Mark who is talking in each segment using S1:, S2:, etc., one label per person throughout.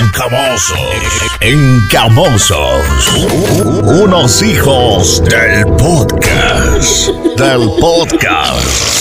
S1: Encamosos. Encamosos. Unos hijos del podcast. Del podcast.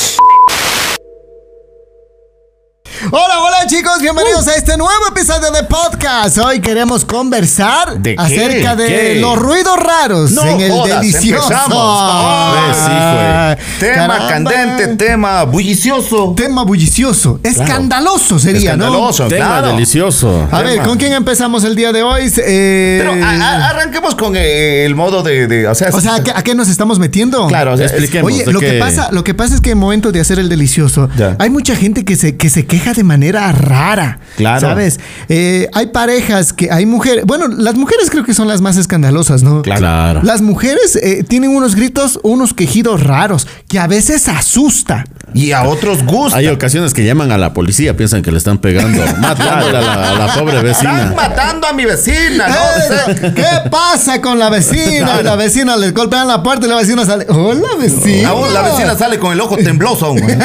S2: Hola, hola chicos,
S3: Uh.
S2: bienvenidos a este nuevo episodio de podcast. Hoy queremos conversar
S3: ¿De qué?
S2: acerca de
S3: ¿Qué?
S2: los ruidos raros
S3: No
S2: en el
S3: jodas,
S2: delicioso.
S3: empezamos.
S2: Ah,
S3: Pues sí, güey. Tema
S2: caramba.
S3: candente, tema bullicioso.
S2: Tema bullicioso, escandaloso sería,
S3: Escandaloso,
S2: ¿no?
S4: Tema
S3: claro. Ah,
S4: delicioso.
S2: A ver,
S3: Tema.
S2: ¿con quién empezamos el día de hoy? Eh,
S3: Pero a- a- arranquemos con eh, el modo de, de- o sea,
S2: o sea, ¿a qué, a qué nos estamos metiendo?
S3: claro, o sea, es-
S4: Expliquemos.
S2: Oye,
S4: ¿de
S2: lo que...
S4: qué?
S2: pasa, lo que pasa es que en momento de hacer el delicioso,
S3: Ya.
S2: hay mucha gente que se, que se queja de manera rara.
S3: Claro.
S2: ¿Sabes? Eh, hay parejas que hay mujeres. Bueno, las mujeres creo que son las más escandalosas, ¿no?
S3: Claro.
S4: Claro.
S2: Las mujeres eh, tienen unos gritos, unos quejidos raros, que a veces asusta.
S3: y a otros gusta.
S4: Hay ocasiones que llaman a la policía, piensan que le están pegando, matando a la, a la pobre vecina.
S3: Están matando a mi vecina, ¿no? O sea,
S2: Eh, ¿Qué pasa con la vecina? Y La vecina le golpean la puerta y la vecina sale. ¡Hola, vecina!
S3: aún la vecina sale con el ojo tembloso aún. ¿eh?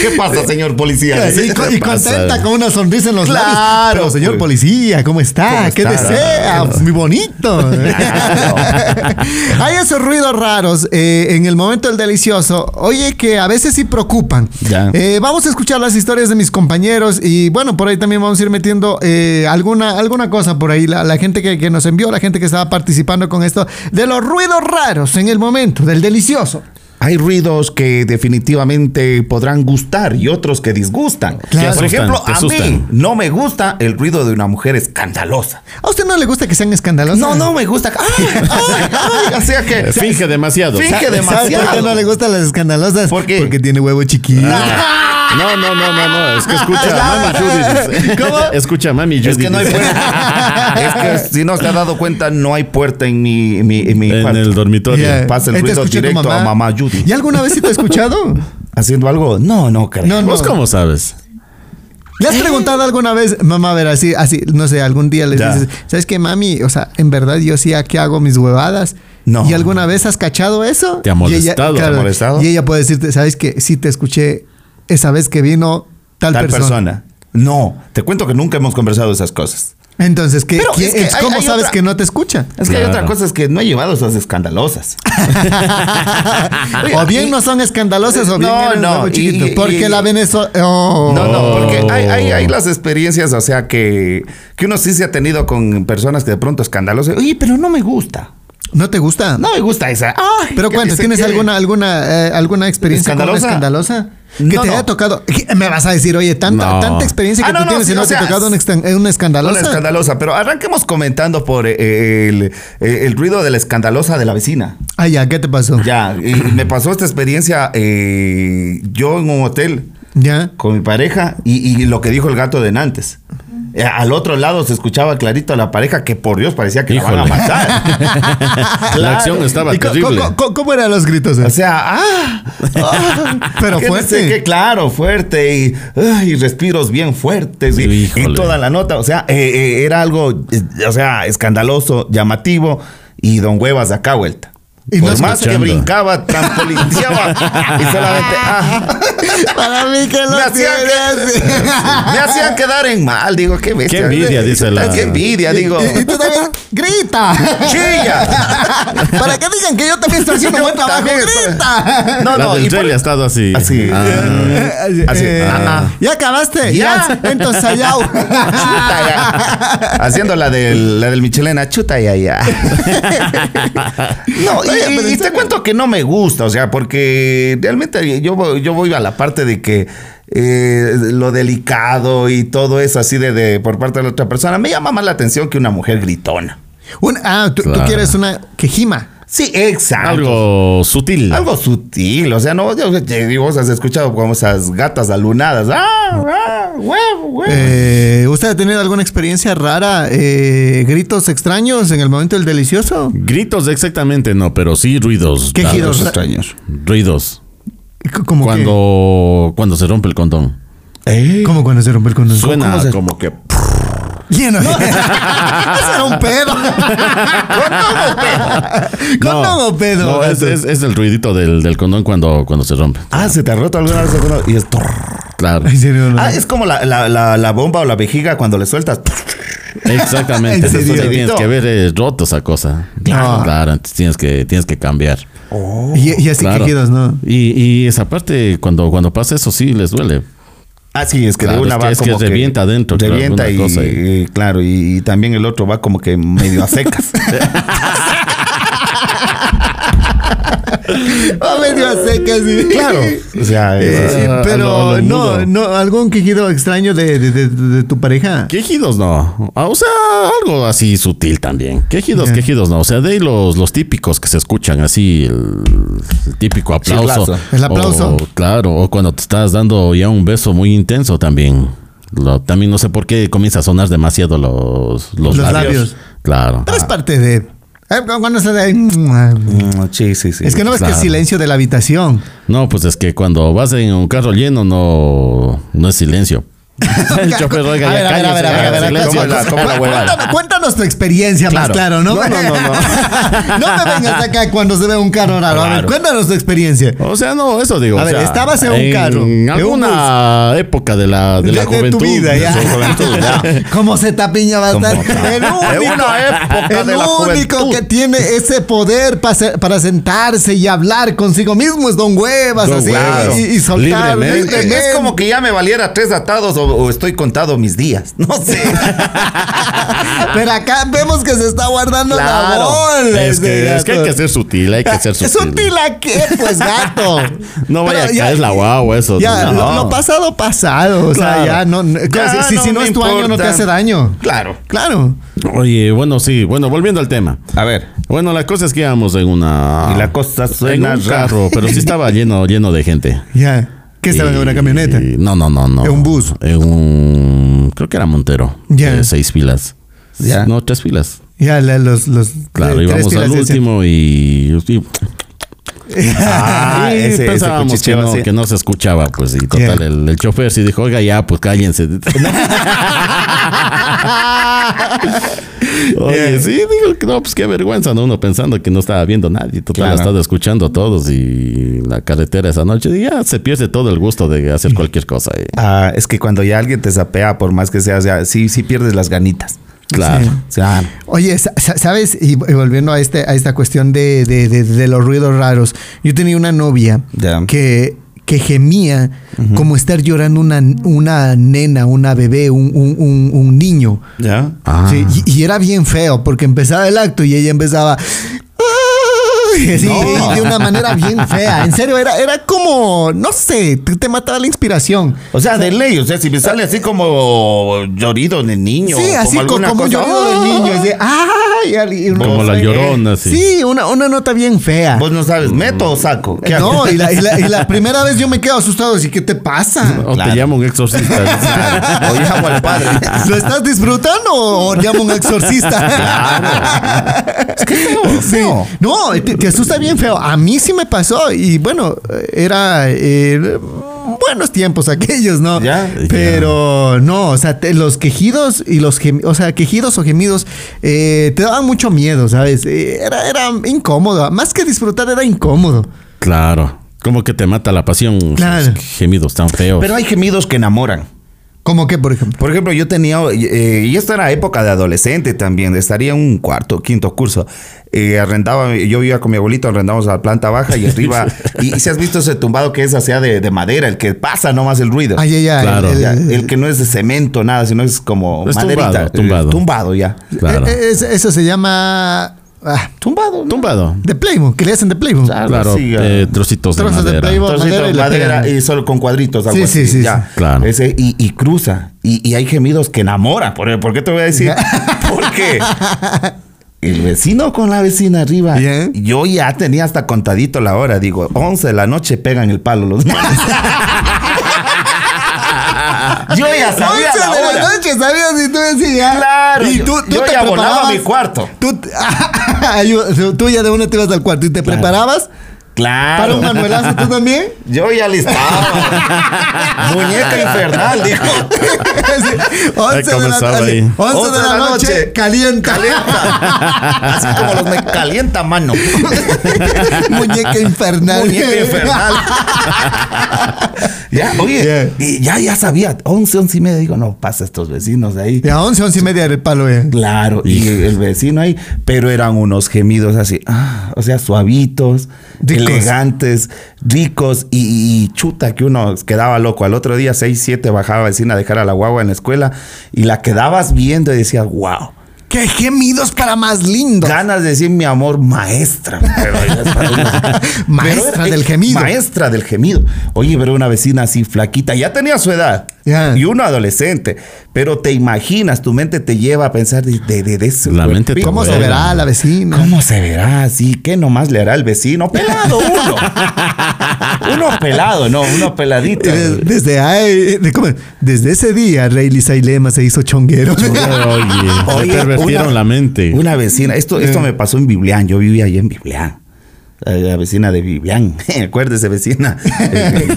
S3: ¿Qué pasa, señor policía?
S2: Y, co- y contenta con una sonrisa en los
S3: Claro,
S2: labios. Pero,
S3: pues.
S2: señor policía, ¿cómo está?
S3: ¿Cómo
S2: ¿Qué
S3: está?
S2: desea? Muy bonito. Hay esos ruidos raros eh, en el momento del delicioso. Oye, que a veces sí preocupan.
S4: Ya.
S2: Eh, vamos a escuchar las historias de mis compañeros y bueno, por ahí también vamos a ir metiendo eh, alguna, alguna cosa por ahí. La, la gente que, que nos envió, la gente que estaba participando con esto, de los ruidos raros en el momento del delicioso.
S3: Hay ruidos que definitivamente podrán gustar y otros que disgustan.
S2: Claro.
S4: Te asustan,
S3: Por ejemplo,
S4: te
S3: a mí
S4: asustan.
S3: no me gusta el ruido de una mujer escandalosa.
S2: ¿A usted no le gusta que sean escandalosos?
S3: No, no me gusta. ¡Ay! ¡Ay! ¡Ay! O sea que.
S4: Eh, Finge demasiado.
S3: Finge
S2: ¿Sabe
S3: demasiado.
S2: por qué no le gustan las escandalosas?
S3: ¿Por qué? Ah,
S2: Porque tiene huevo chiquito.
S4: No, no, no, no, no. Es que escucha a Mami Judy. dice.
S2: ¿Cómo?
S4: Escucha a Mami Judy.
S3: Es que no hay
S4: dice.
S3: puerta. es que si no se ha dado cuenta, no hay puerta en mi, en mi, en mi
S4: En
S3: cuarto.
S4: el dormitorio.
S2: Ya.
S3: Pasa el
S2: Ahí te
S3: ruido
S2: escuché tu
S3: directo a mamá Judy.
S2: ¿Y alguna vez sí te he escuchado?
S3: ¿Haciendo algo? No, no, creo.
S2: No, no.
S4: ¿Vos cómo sabes?
S2: ¿Le
S3: ¿Eh?
S2: has preguntado alguna vez, mamá, a ver, así, así, no sé, algún día les
S3: Ya.
S2: dices, ¿sabes qué, mami? O sea, en verdad yo sí aquí hago mis huevadas.
S3: No.
S2: ¿Y alguna vez has cachado eso?
S4: Te ha
S2: Y ella-
S4: molestado, te ha
S3: molestado.
S2: Y ella puede decirte, ¿sabes qué? Sí te escuché esa vez que vino tal,
S3: Tal
S2: persona.
S3: persona. No, te cuento que nunca hemos conversado esas cosas.
S2: Entonces, ¿qué,
S3: Pero
S2: quién-
S3: es que hay-
S2: ¿cómo
S3: hay
S2: sabes
S3: otra-
S2: que no te escucha?
S3: Es que hay
S4: Claro.
S3: otra cosa, es que no he llevado esas escandalosas.
S2: o bien no son escandalosas o bien
S3: No,
S2: eran
S3: no,
S2: huevo
S3: y-
S2: chiquito.
S3: y-
S2: porque
S3: y-
S2: la Venezuela...
S3: No, no,
S4: Oh.
S3: porque hay, hay- hay las experiencias, o sea, que, que uno sí se ha tenido con personas que de pronto escandalosas. Oye, pero no me gusta.
S2: ¿No te gusta?
S3: No me gusta esa. Ay,
S2: Pero
S3: ¿qué
S2: cuentas,
S3: dice
S2: ¿tienes
S3: que-
S2: alguna alguna eh, alguna experiencia con una
S3: ¿Escandalosa?
S2: escandalosa? Que
S3: No,
S2: te
S3: no.
S2: haya tocado. Me vas a decir, oye, tanta,
S4: No.
S2: tanta experiencia que
S3: Ah, no,
S2: tú
S3: no,
S2: tienes
S3: sí,
S2: y no
S3: o
S2: te ha
S3: sea,
S2: tocado una, extan- eh, una
S3: Una
S2: escandalosa.
S3: escandalosa, pero arranquemos comentando por eh, el, eh, el ruido de la escandalosa de la vecina.
S2: Ah, ya, ¿qué te pasó? Ya.
S3: Ya, y me pasó esta experiencia eh, yo en un hotel. con mi pareja y, y lo que dijo el gato de Nantes. Eh, Al otro lado se escuchaba clarito a la pareja que por Dios parecía que la van a
S4: Híjole.
S3: matar.
S4: La acción estaba
S2: ¿Y co-
S4: terrible.
S2: co- co- ¿Cómo eran los gritos?
S3: O sea, ah, ah,
S2: Pero
S3: que no sé
S2: fuerte.
S3: qué, claro, fuerte y, ah, y respiros bien fuertes y,
S4: Híjole.
S3: y toda la nota. O sea, eh, eh, era algo, eh, o sea, escandaloso, llamativo y don huevas de acá vuelta.
S2: Y
S3: por
S2: no
S3: más que
S4: escuchando.
S3: brincaba, trampoliteaba y solamente, ah,
S2: Para mí que
S3: Me
S2: lo
S3: hacían, que-
S2: tienes.
S3: me hacían quedar en mal, digo, qué bestia.
S4: Qué envidia, dice la-
S3: Qué envidia, digo.
S2: Y tú también, grita.
S3: ¡Chilla!
S2: Para que digan que yo también estoy haciendo buen trabajo,
S3: También estoy-
S2: grita.
S3: No,
S4: la
S3: no,
S4: del
S3: y por-
S4: Jelly ha estado así.
S3: Así.
S4: Ah.
S3: Así,
S2: Eh,
S3: ah,
S2: Ya acabaste.
S3: Ya.
S2: Ya. Entonces, allá.
S3: Chuta ya. Haciendo la del, la del Michelena, chuta ya, ya. No, y-
S2: Oye,
S3: y,
S2: pero
S3: y
S2: en
S3: te
S2: serio.
S3: cuento que no me gusta, o sea, porque realmente yo, voy- yo voy a la parte de que eh, lo delicado y todo eso así de, de por parte de la otra persona me llama más la atención que una mujer gritona.
S2: Un- ah, tú, tú
S4: Claro.
S2: quieres una quejima.
S3: Sí, exacto.
S4: Algo sutil.
S3: Algo sutil, o sea, no, yo, yo- yo- vos has escuchado como esas gatas alunadas. ¡Ah! ah ¡Huevo, huevo!
S2: Eh, ¿Usted ha tenido alguna experiencia rara? eh, ¿Gritos extraños en el momento del delicioso?
S4: Gritos exactamente no, pero sí ruidos.
S2: ¿Qué
S4: raros.
S2: giros?
S3: extraños.
S4: Ruidos.
S2: C- Como
S4: Cuando, cuando se rompe el condón.
S3: Eh.
S2: que- ¿Cómo cuando se rompe el condón?
S4: Suena
S2: ¿Cómo se-
S4: como que...
S2: Lleno. Eso era un pedo.
S4: No,
S2: ¿Condón o pedo?
S4: no, es, es- es el ruidito del, del condón cuando, cuando se rompe.
S3: Ah, se te ha roto alguna vez el condón? y es. torr.
S4: Claro.
S2: En serio, no.
S3: Ah, es como la, la- la- la bomba o la vejiga cuando le sueltas.
S4: Exactamente.
S2: ¿En
S4: Eso
S2: serio?
S4: tienes que ver eh, roto esa cosa.
S2: Claro.
S4: Claro, entonces tienes que, tienes que cambiar.
S2: y, y así
S4: Claro.
S2: que quedas, ¿no?
S4: Y, y esa parte, cuando, cuando pasa eso, sí les duele.
S3: Ah, sí, es que
S4: Claro,
S3: de una
S4: es que-
S3: va
S4: es que
S3: como
S4: revienta adentro, claro,
S3: Revienta
S4: alguna
S3: y,
S4: cosa ahí.
S3: y claro, y, y también el otro va como que medio a secas.
S2: Va medio a secas. y-
S3: claro. O sea,
S2: Eh,
S3: es así.
S4: Ah,
S2: pero
S4: lo- lo
S2: no,
S4: mudo.
S2: no, algún quejido extraño de, de- de- de tu pareja.
S4: Quejidos no. Ah, O sea, algo así sutil también. Quejidos,
S2: Ya.
S4: quejidos no. O sea, de ahí los, los típicos que se escuchan así, el, el típico aplauso.
S3: Chirlazo.
S2: El aplauso.
S4: O- claro, o cuando te estás dando ya un beso muy intenso también. Lo- también no sé por qué comienza a sonar demasiado los, los,
S2: Los
S4: labios.
S2: labios.
S4: Claro.
S2: Pero es parte de. Eh, Cuando se de-
S3: Mm, sí, sí, sí.
S2: Es que no ves que el
S4: claro.
S2: silencio de la habitación.
S4: No, pues es que cuando vas en un carro lleno no, no es silencio. el chofer oiga,
S2: A
S4: ya
S2: ver, a ver, a ver,
S4: cállese,
S2: a ver, a ver,
S4: haga
S2: a ver,
S4: silencio.
S3: ¿cómo la- cómo la huevada?
S2: Cuéntanos, cuéntanos tu experiencia más claro,
S3: Claro.
S2: ¿no?
S3: No, no, no, no.
S2: No me vengas acá cuando se ve un carro raro. A ver,
S4: Claro.
S2: cuéntanos tu experiencia.
S4: O sea, no, eso digo.
S2: A
S4: o
S2: ver,
S4: sea,
S2: estabas en un carro, en
S4: En
S2: un
S4: alguna época de la, de
S2: De- de
S4: la
S2: tu
S4: juventud.
S2: vida, ya.
S4: su juventud, ya.
S2: Cómo se tapiña bastante.
S3: Como-
S2: El
S3: De
S2: único,
S3: una época
S2: el
S3: de la
S2: único
S3: juventud.
S2: que tiene ese poder pa se- para sentarse y hablar consigo mismo es Don Huevas,
S4: Don
S2: así,
S4: Huevas.
S2: y, y soltar.
S4: Libremente.
S3: Es, es- es como que ya me valiera tres atados o, o estoy contado mis días. No sé.
S2: Pero acá vemos que se está guardando la
S3: Claro.
S2: bola.
S4: Es que,
S2: ese
S4: es que hay
S2: gato.
S4: que ser sutil, hay que ser sutil.
S2: ¿Es útil a qué? Pues gato.
S4: No vaya a
S2: Pero ya-
S4: caer la guagua, eso.
S2: Ya,
S4: no.
S2: lo, lo pasado, pasado. O sea,
S4: Claro.
S2: ya no. no-
S3: Ya
S2: si, si
S3: no
S2: no
S3: me
S2: es tu año, no te
S3: importa.
S2: hace daño.
S3: Claro.
S2: Claro.
S4: Oye, bueno, sí, bueno, volviendo al tema.
S3: A ver.
S4: Bueno, la cosa es que íbamos en una.
S3: Y la cosa suena
S4: en un
S3: raro.
S4: carro, pero sí estaba lleno, lleno de gente.
S2: Ya. ¿Qué estaba en
S4: Y-
S2: una camioneta?
S4: No, no, no, no.
S2: En un bus.
S4: En un. Creo que era Montero.
S2: Ya.
S4: De seis filas.
S3: Ya.
S4: No, tres filas.
S2: Ya, la- los, los.
S4: Claro,
S2: eh, tres
S4: íbamos
S2: filas
S4: al
S2: de-
S4: último y. y-
S3: Ah,
S4: y
S3: ese, ese
S4: pensábamos que,
S3: cuchicheo
S4: no,
S3: así.
S4: que no se escuchaba, pues, y total,
S2: Ya.
S4: el, el chofer sí dijo, oiga, ya, pues cállense. Oye, sí, digo, que no, pues qué vergüenza, ¿no? Uno pensando que no estaba viendo nadie, total,
S3: Claro.
S4: ha estado escuchando a todos y la carretera esa noche, y ya se pierde todo el gusto de hacer
S3: Mm.
S4: cualquier cosa. eh.
S3: Ah, es que cuando ya alguien te sapea, por más que sea, o sea, sí, sí pierdes las ganitas.
S4: Claro.
S3: O sea,
S2: Oye, sa- sa- ¿sabes? Y y volviendo a, este, a esta cuestión de, de- de- de los ruidos raros. Yo tenía una novia
S3: Ya.
S2: que, que gemía como estar llorando una, una nena, una bebé, un, un- un- un niño.
S3: ya.
S4: Ah.
S2: Sí, y, y era bien feo porque empezaba el acto y ella empezaba... "Ay", así,
S3: No.
S2: y de una manera bien fea. En serio, era, era como, no sé, te, te mataba la inspiración.
S3: O sea, de ley, o sea, si me sale así como llorido de niño.
S2: Sí, así co-
S3: alguna
S2: como, un
S3: cosa,
S2: llorido
S3: ¡ah!
S2: de niño. así, "Ay", y al- y uno-
S4: Como la
S3: sé.
S4: llorona, sí.
S2: Sí, una, una nota bien fea.
S3: Vos no sabes, ¿meto o saco? ¿Qué hago?
S2: No, y la, y la- y la primera vez yo me quedo asustado. Así, ¿qué te pasa?
S4: O
S3: Claro.
S4: te llama un exorcista.
S3: O llamo al padre.
S2: ¿Lo estás disfrutando o llama un exorcista?
S3: Es que feo,
S2: Sí.
S3: feo.
S2: No, te, te asusta bien feo. A mí sí me pasó y bueno, era eh, buenos tiempos aquellos, ¿no?
S3: Ya.
S2: Pero no, o sea, te- los quejidos y los gem- o sea, quejidos o gemidos eh, te daban mucho miedo, ¿sabes? Eh, Era, era incómodo, más que disfrutar era incómodo.
S4: claro. Como que te mata la pasión. esos
S2: Claro.
S4: Gemidos tan feos.
S3: Pero hay gemidos que enamoran.
S2: Como que, por ejemplo.
S3: Por ejemplo, yo tenía, eh, y esto era época de adolescente también, estaría en un cuarto, quinto curso. Eh, arrendaba, yo vivía con mi abuelito, arrendamos a la planta baja y arriba. y, y si has visto ese tumbado que es hacia de, de madera, el que pasa nomás el ruido.
S2: Ay, ay, Eh, ay,
S4: Claro.
S2: el-
S3: Ya,
S2: el-
S3: el que no es de cemento, nada, sino es como
S4: Es tumbado,
S3: maderita.
S4: tumbado.
S3: Eh, tumbado, ya.
S4: Claro.
S2: Eh, es- eso se llama. ah,
S3: Tumbado. ¿no?
S4: Tumbado.
S2: de Playboy, que le hacen de Playboy.
S3: Claro,
S4: Claro,
S3: sí,
S4: eh,
S3: ah.
S4: trocitos de
S2: Trozos de
S4: madera.
S2: playboy.
S3: Trocito
S2: madera y
S3: de
S2: le
S3: madera
S2: pegan.
S3: y solo con cuadritos,
S2: Sí,
S3: algo
S2: sí,
S3: así,
S2: sí,
S3: ya.
S2: sí.
S4: Claro.
S3: Ese, y, y cruza. Y, y hay gemidos que enamoran. ¿Por, por qué te voy a decir? Porque el vecino con la vecina arriba.
S2: Bien.
S3: Yo ya tenía hasta contadito la hora. Digo, 11 de la noche pegan el palo los manes. yo ya sabía
S2: 11
S3: la
S2: de
S3: hora.
S2: la noche, ¿sabías? Y tú decías.
S3: Claro,
S2: Y
S3: yo-
S2: tú, tú
S3: yo
S2: te
S3: ya
S2: preparabas.
S3: volaba a mi cuarto.
S2: Tú, te- Ayuda, tú ya de una te ibas al cuarto y te preparabas
S3: Claro.
S2: Para un manuelazo, ¿tú también?
S3: Yo ya listaba. Muñeca infernal, dijo.
S2: 11 de la,
S4: comenzaba ahí.
S2: así, 11 de la noche, calienta.
S3: Calienta. Así como los me calienta mano.
S2: Muñeca infernal.
S3: Muñeca infernal. ya, oye, y ya, ya sabía. 11, 11 y media. Digo, no, pasa estos vecinos de ahí.
S2: Ya, 11, 11 y media era el palo, eh.
S3: Claro, y el vecino ahí, pero eran unos gemidos así, ah, o sea, suavitos,
S2: Ricos.
S3: elegantes, ricos, y, y chuta que uno quedaba loco. Al otro día, 6, 7, bajaba la vecina a dejar a la guagua en la escuela y la quedabas viendo y decías, wow.
S2: ¡Qué gemidos para más lindos!
S3: Ganas de decir mi amor maestra. pero ya es para uno.
S2: Maestra
S3: Pero era-
S2: del gemido.
S3: Maestra del gemido. Oye, pero una vecina así flaquita, ya tenía su edad.
S2: Ya.
S3: Y uno adolescente. Pero te imaginas, tu mente te lleva a pensar de, de, de, de eso.
S4: La mente te
S2: ¿Cómo se
S4: Bueno.
S2: verá la vecina?
S3: ¿Cómo se verá así? ¿Qué nomás le hará el vecino? Pelado uno. uno pelado, no, uno peladito.
S2: Eh, Desde, ahí, de- ¿cómo? desde ese día, Rayleigh Sailema se hizo chonguero.
S4: Oye,
S3: Oye,
S4: le pervertieron
S3: una-
S4: la mente.
S3: Una vecina, esto, esto me pasó en Biblián, yo vivía allá en Biblián. Eh, La vecina de Biblián, acuérdese vecina. Eh,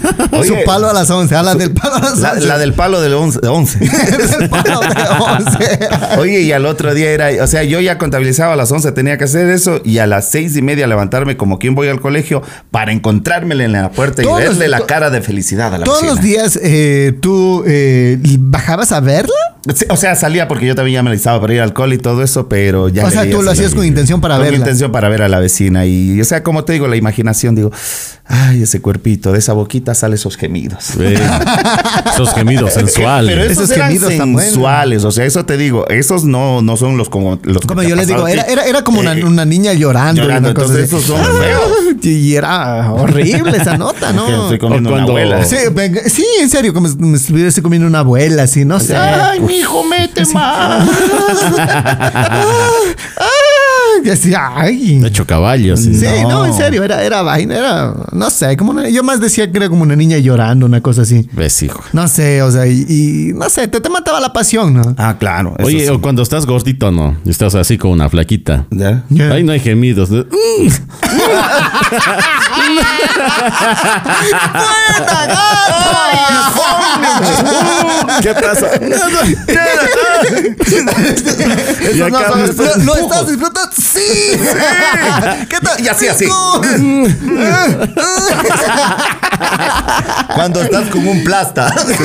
S2: Su
S3: oye,
S2: palo a las 11, a la del palo a las
S3: la,
S2: 11.
S3: la del palo del 11.
S2: del palo de 11.
S3: Oye, y al otro día era, o sea, yo ya contabilizaba a las 11, tenía que hacer eso, y a las seis y media levantarme como quien voy al colegio para encontrármele en la puerta y
S2: Todos los-
S3: verle la
S2: to-
S3: cara de felicidad a la
S2: Todos
S3: vecina.
S2: los días eh, tú eh, bajabas a verla.
S3: Sí, o sea, salía porque yo también ya me alistaba para ir al col y todo eso, pero ya.
S2: O
S3: le
S2: sea,
S3: veía
S2: tú lo
S3: así la
S2: hacías con
S3: vecina.
S2: intención para
S3: Con
S2: verla.
S3: intención para ver a la vecina. Y, o sea, como te digo, la imaginación, digo, ay, ese cuerpito, de esa boquita sale esos gemidos.
S4: Sí. Esos gemidos sensuales.
S3: Pero
S2: Esos
S3: esos, eran
S2: gemidos tan buenos.
S3: sensuales, o sea, eso te digo, esos no, no son los como los que
S2: Como
S3: te
S2: yo les digo,
S3: pasaron
S2: era,
S3: a ti.
S2: era, era como una,
S3: Eh,
S2: una niña llorando.
S3: llorando,
S2: una cosa
S3: entonces
S2: así.
S3: esos son feos.
S2: Y- Y era horrible esa nota,
S3: que
S2: ¿no?
S3: estoy comiendo
S4: O
S3: una
S4: cuando-
S3: abuela.
S2: Sí, venga, sí, en serio, como si me estuviese comiendo una abuela, así, no sé.
S3: Ay, mi hijo, mete más.
S2: Ah, y así, ay.
S4: De hecho, caballos. sí.
S2: Sí, no.
S3: no.
S2: en serio, era, era vaina, era, no sé, como una- yo más decía que era como una niña llorando, una cosa así.
S4: Ves, hijo.
S2: No sé, o sea, y, y no sé, te, te mataba la pasión, ¿no?
S3: Ah, claro. eso
S4: Oye,
S3: sí.
S4: o cuando estás gordito, no. Y Estás así con una flaquita.
S3: Ya.
S2: Ya.
S4: Ahí no hay gemidos. ¿no? ¿Qué pasa?
S3: Esos
S4: acá-
S3: son
S2: ¿Lo,
S3: esos
S2: lo
S3: empujos.
S2: estás disfrutando? ¡Sí! ¿Qué tal?
S3: Y así, así.
S2: Rico.
S3: Cuando estás con un plasta.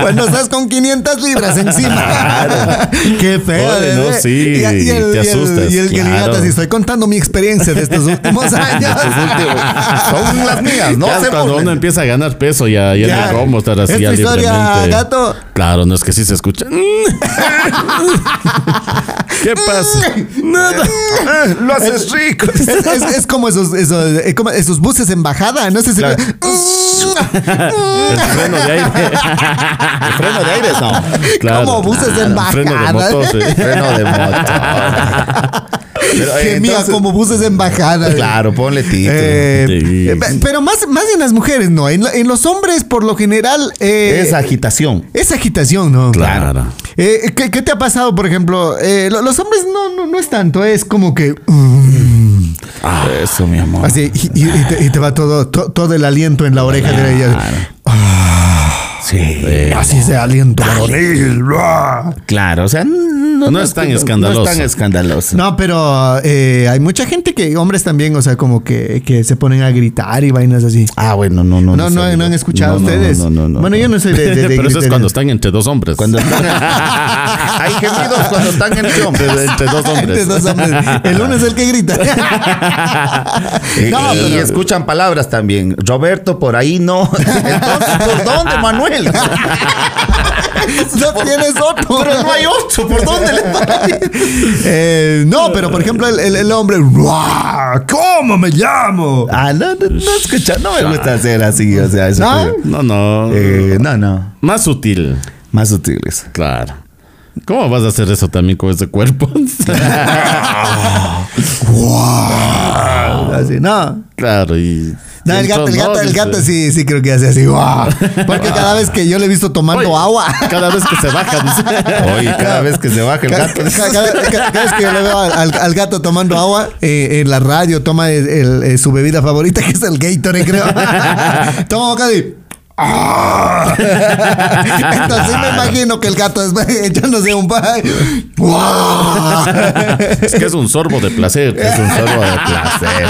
S2: Cuando estás Pues con 500 libras encima. Qué feo.
S4: Ole,
S2: ¿eh?
S4: no, sí,
S2: y el,
S4: te
S2: y el-
S4: asustas,
S2: Y el que le
S4: claro.
S2: gata, si estoy contando mi experiencia de estos últimos años.
S3: Son las mías, no
S4: Ya
S3: se
S4: cuando
S3: burlen.
S4: uno empieza a ganar peso, ya, ya,
S2: Ya.
S4: no como estar así
S2: Esta
S4: ya
S2: historia,
S4: libremente.
S2: gato.
S4: Claro, no es que sí se escucha. ¿Qué pasa? Nada.
S3: Eh, Lo haces rico.
S2: Es, es- es como esos, esos, eh, como esos buses en bajada, no sé si...
S3: Claro.
S4: El freno de aire.
S3: El freno de aire, no.
S4: Claro.
S2: Como buses en
S4: Claro, Freno de
S2: bajada.
S4: motor, sí.
S3: Freno de moto. Pero, eh,
S2: Que mira,
S3: entonces-
S2: como buses en bajada.
S3: Claro, ponle título.
S2: Eh,
S4: Sí.
S2: eh, pe- pero más, más en las mujeres, no. En, lo- en los hombres, por lo general, eh,
S3: es agitación.
S2: es agitación, ¿no?
S4: Claro.
S2: Eh, ¿qué, qué te ha pasado, por ejemplo? Eh, lo- los hombres no, no, no es tanto, es como que... mm,
S3: Eso, mi amor.
S2: así, y, y- y te, y te va todo, to- todo el aliento en la oreja de ella.
S3: Sí.
S2: Así ese aliento.
S3: Claro, o sea, no,
S4: No es tan escandaloso.
S3: No es tan escandaloso.
S2: No, pero eh, hay mucha gente que, hombres también, o sea, como que, que se ponen a gritar y vainas así.
S3: Ah, bueno, no, no.
S2: No, no,
S3: sabía.
S2: no han escuchado
S3: No, no,
S2: ustedes.
S3: No, no, no, no.
S2: bueno, yo no soy de, de- de
S4: Pero eso es
S2: griterías.
S4: cuando están entre dos hombres.
S3: Cuando están- Hay gemidos cuando están en el hombre.
S4: entre, entre dos hombres.
S2: Antes no sabes. El uno es el que grita.
S3: Y,
S2: No,
S3: Eh, y
S2: pero-
S3: escuchan palabras también. Roberto, por ahí no. Entonces, ¿por dónde, Manuel?
S2: No tienes otro.
S3: Pero no hay otro. ¿Por dónde le
S2: Eh, no, pero por ejemplo, el, el- el hombre. "Ruah, ¿Cómo me llamo?
S3: Ah, no, no, no escucha, no me gusta hacer así, o sea, eso
S2: ¿No?
S3: creo.
S4: No, no.
S3: Eh, no, no,
S4: Más sutil.
S2: Ah,
S3: más sutiles.
S4: Claro. ¿Cómo vas a hacer eso también con ese cuerpo?
S2: Así, no.
S4: claro, y.
S2: No, el gato, el gato, el gato sí, sí creo que hace así. ¡guau! Porque cada vez que yo le he visto tomando agua.
S4: Cada vez que se baja, dice.
S3: Oye, cada vez que se baja el
S2: Cada,
S3: gato.
S2: cada- cada- cada vez que yo le veo al, al- al gato tomando agua eh, en la radio, toma el- el- eh, su bebida favorita, que es el Gatorade, creo. toma bocado y... ¡ah! Entonces me imagino que el gato después echándose un baño. ¡guau!
S4: Es que es un sorbo de placer. Es un sorbo de placer.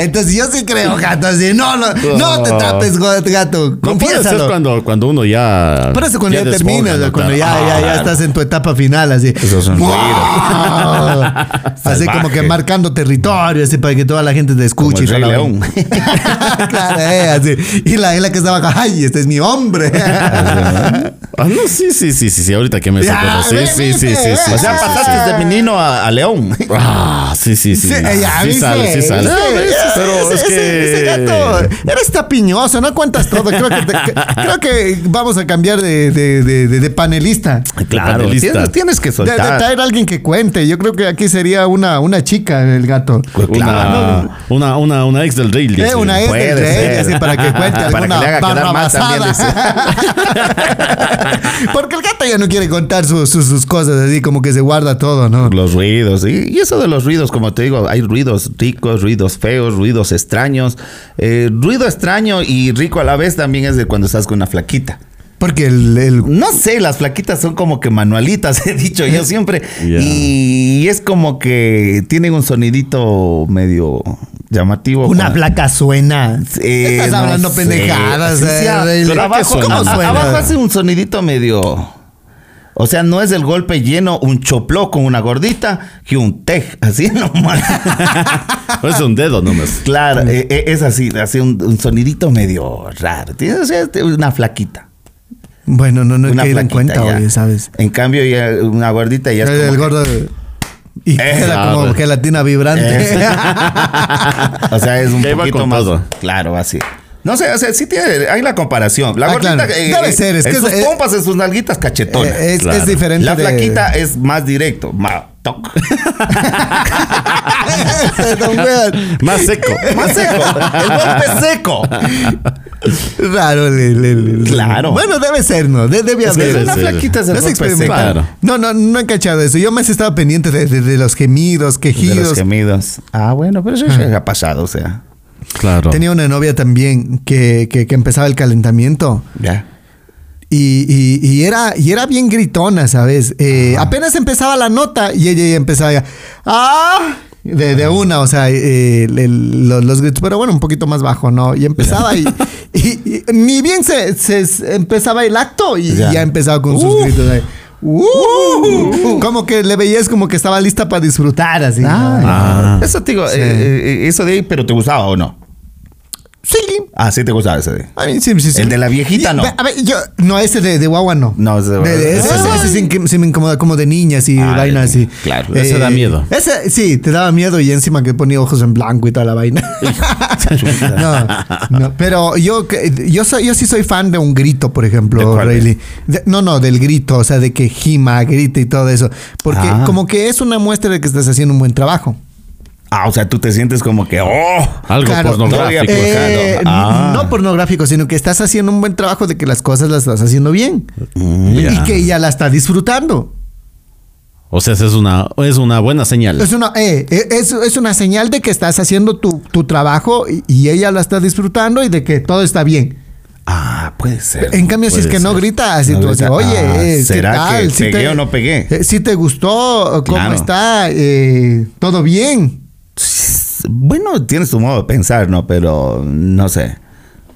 S2: Entonces yo sí creo, gato. Así, no, no, no te tapes, gato.
S4: No puede ser
S2: Confiésalo.
S4: cuando, cuando uno ya.
S2: Pero eso cuando ya,
S4: desboga,
S2: terminas,
S4: ¿no?
S2: cuando ya,
S4: Claro.
S2: ya, ya estás en tu etapa final, así.
S3: Eso es un
S2: ¡Wow! Así
S3: Salvaje.
S2: como que marcando territorio, así para que toda la gente te
S3: Como
S2: escuche.
S3: el
S2: y
S3: Rey
S2: toda la-
S3: León.
S2: claro, eh, así. Y la, y la que estaba acá, ay, este es mi hombre.
S4: Ah, no, sí, sí, sí, sí, sí. Ahorita que me
S2: Ya,
S4: saco. Sí,
S2: ve,
S4: sí, sí, sí,
S2: ve,
S4: sí.
S2: ve.
S4: sí,
S3: O sea,
S4: sí, sí,
S3: pasaste de menino a, a león.
S4: sí. Ah, sí, sí, sí.
S2: Sí, ya,
S4: Sí
S2: ¿viste?
S4: sale, sí sale.
S2: ¿Viste?
S4: No, ves, Pero
S2: Ese-
S4: es
S2: ese- ese gato,
S4: que.
S2: eres tapiñoso, no cuentas todo. Creo que, te- creo que vamos a cambiar de, de- de- de- de panelista.
S4: Claro,
S3: tienes,
S4: lista.
S3: tienes que
S2: De, de
S3: soltar.
S2: traer a alguien que cuente. Yo creo que aquí sería una, una chica el gato.
S4: Una, una, una, una ex del rey.
S2: Eh, una ex
S3: puede
S2: del rey,
S3: ser.
S2: así, para que cuente
S3: Para que
S2: alguna
S3: le haga quedar mal también,
S2: barrabasada. Porque el gato ya no quiere contar su- su- sus cosas, así como que se guarda todo, ¿no?
S3: Los ruidos. Y, y eso de los ruidos, como te digo, hay ruidos ricos, ruidos feos, ruidos extraños. Eh, ruido extraño y rico a la vez también es de cuando estás con una flaquita.
S2: Porque el, el-
S3: No sé, las flaquitas son como que manualitas, he dicho yo siempre.
S4: Ya.
S3: Y es como que tienen un sonidito medio llamativo.
S2: una
S3: Con-
S2: placa suena.
S3: Eh,
S2: Estás
S3: no
S2: hablando
S3: sé.
S2: pendejadas.
S3: Sí,
S2: eh,
S3: sí, ah,
S2: del-
S3: pero abajo,
S4: suena?
S3: ¿cómo
S4: ¿Cómo
S3: suena?
S2: suena?
S3: abajo hace un sonidito medio. O sea, no es el golpe lleno, un chopló con una gordita que un tej, así nomás.
S4: Es un dedo nomás.
S3: claro, eh, eh, es así, así un, un sonidito medio raro. Tiene- o sea, este, una flaquita.
S2: Bueno, no, no he
S3: Una
S2: caído en
S3: flaquita.
S2: cuenta,
S3: ya.
S2: oye, ¿sabes?
S3: En cambio, ya una gordita ya es
S2: El, el
S3: como pues.
S2: gordo. Y queda
S4: ah,
S2: como
S4: bueno.
S2: gelatina vibrante.
S3: que- o sea, es un
S4: Ya iba
S3: poquito
S4: con
S3: más.
S4: todo.
S3: Claro, así. No sé, o sea, sí tiene, hay la comparación. La
S2: Ah,
S3: gordita
S2: claro.
S3: eh,
S2: Debe ser, es
S3: en
S2: que
S3: sus
S2: es- eh,
S3: pompas, en sus nalguitas cachetonas.
S2: Eh, es,
S4: Claro.
S2: es diferente.
S3: La
S2: de-
S3: flaquita es más directo. ma- toc.
S2: Don Juan.
S4: Más seco.
S3: Más seco. El golpe seco.
S2: Raro. le- le- le-
S3: Claro.
S2: Bueno, debe ser, ¿no? De- debe
S4: que
S2: haber.
S4: debe
S3: La
S4: ser.
S3: flaquita es el
S2: No se
S3: golpe seco.
S2: experimenta.
S4: Claro.
S2: No, no, no he cachado eso. Yo más estaba pendiente de, de- de los gemidos,
S3: De los
S2: quejidos.
S3: gemidos. Ah, bueno, pero eso ya ha pasado, o sea.
S4: Claro.
S2: Tenía una novia también que, que- que empezaba el calentamiento.
S3: Ya.
S2: Y, y- y era, y era bien gritona, ¿sabes? Eh, apenas empezaba la nota y ella ya empezaba ya, ¡Ah! De, de una, o sea, eh, el- el- los, los gritos, pero bueno, un poquito más bajo, ¿no? Y empezaba y, y- y ni bien se, se- se empezaba el acto y
S3: Ya.
S2: ya, empezaba con sus
S3: Uf.
S2: gritos. ahí. Uh. Como que le veías como que estaba lista para disfrutar, así. ¿no?
S4: Ah.
S3: Eso te digo, eh, eh, eso de ahí, pero ¿te gustaba o no?
S2: Sí.
S3: Ah, sí te gustaba ese de ahí.
S2: A mí sí, sí, sí.
S3: El de la viejita,
S2: Y-
S3: no.
S2: A ver, yo, no, ese de, de guagua no.
S3: No, ese de guagua.
S2: ese,
S3: Ay.
S2: ese sí, que- sí me incomoda como de niñas y
S3: Ah,
S2: vaina así.
S3: claro,
S4: ese da miedo.
S2: Ese sí, te daba miedo y encima que ponía ojos en blanco y toda la vaina. no, no, pero yo, que- yo, soy, yo sí soy fan de un grito, por
S3: ¿De
S2: ejemplo,
S3: cuál?
S2: Rayleigh. De- no, no, del grito, o sea, de que gima, grita y todo eso. Porque
S3: Ah.
S2: como que es una muestra de que estás haciendo un buen trabajo.
S3: Ah, o sea, tú te sientes como que, oh.
S4: Algo
S2: Claro,
S4: pornográfico. acá, ¿no?
S3: no,
S2: Eh,
S3: claro. Ah.
S2: No pornográfico, sino que estás haciendo un buen trabajo de que las cosas las estás haciendo bien.
S4: ya.
S2: eh, Y que ella la está disfrutando.
S4: O sea, esa es una, es una buena señal.
S2: Es una, eh, eh, es, es una señal de que estás haciendo tu, tu trabajo y, y ella la está disfrutando y de que todo está bien.
S3: Ah, puede ser.
S2: En cambio, si es
S4: Puede
S2: que no
S4: ser.
S2: grita, así
S3: No
S2: tú
S3: grita.
S2: así, oye,
S3: Ah,
S2: eh, ¿qué
S3: ¿será
S2: tal?
S3: que
S2: Si
S3: pegué o no pegué?
S2: eh, si te gustó, ¿cómo
S3: Claro.
S2: está? Eh, ¿Todo bien?
S3: Bueno, tienes tu modo de pensar, ¿no? Pero no sé.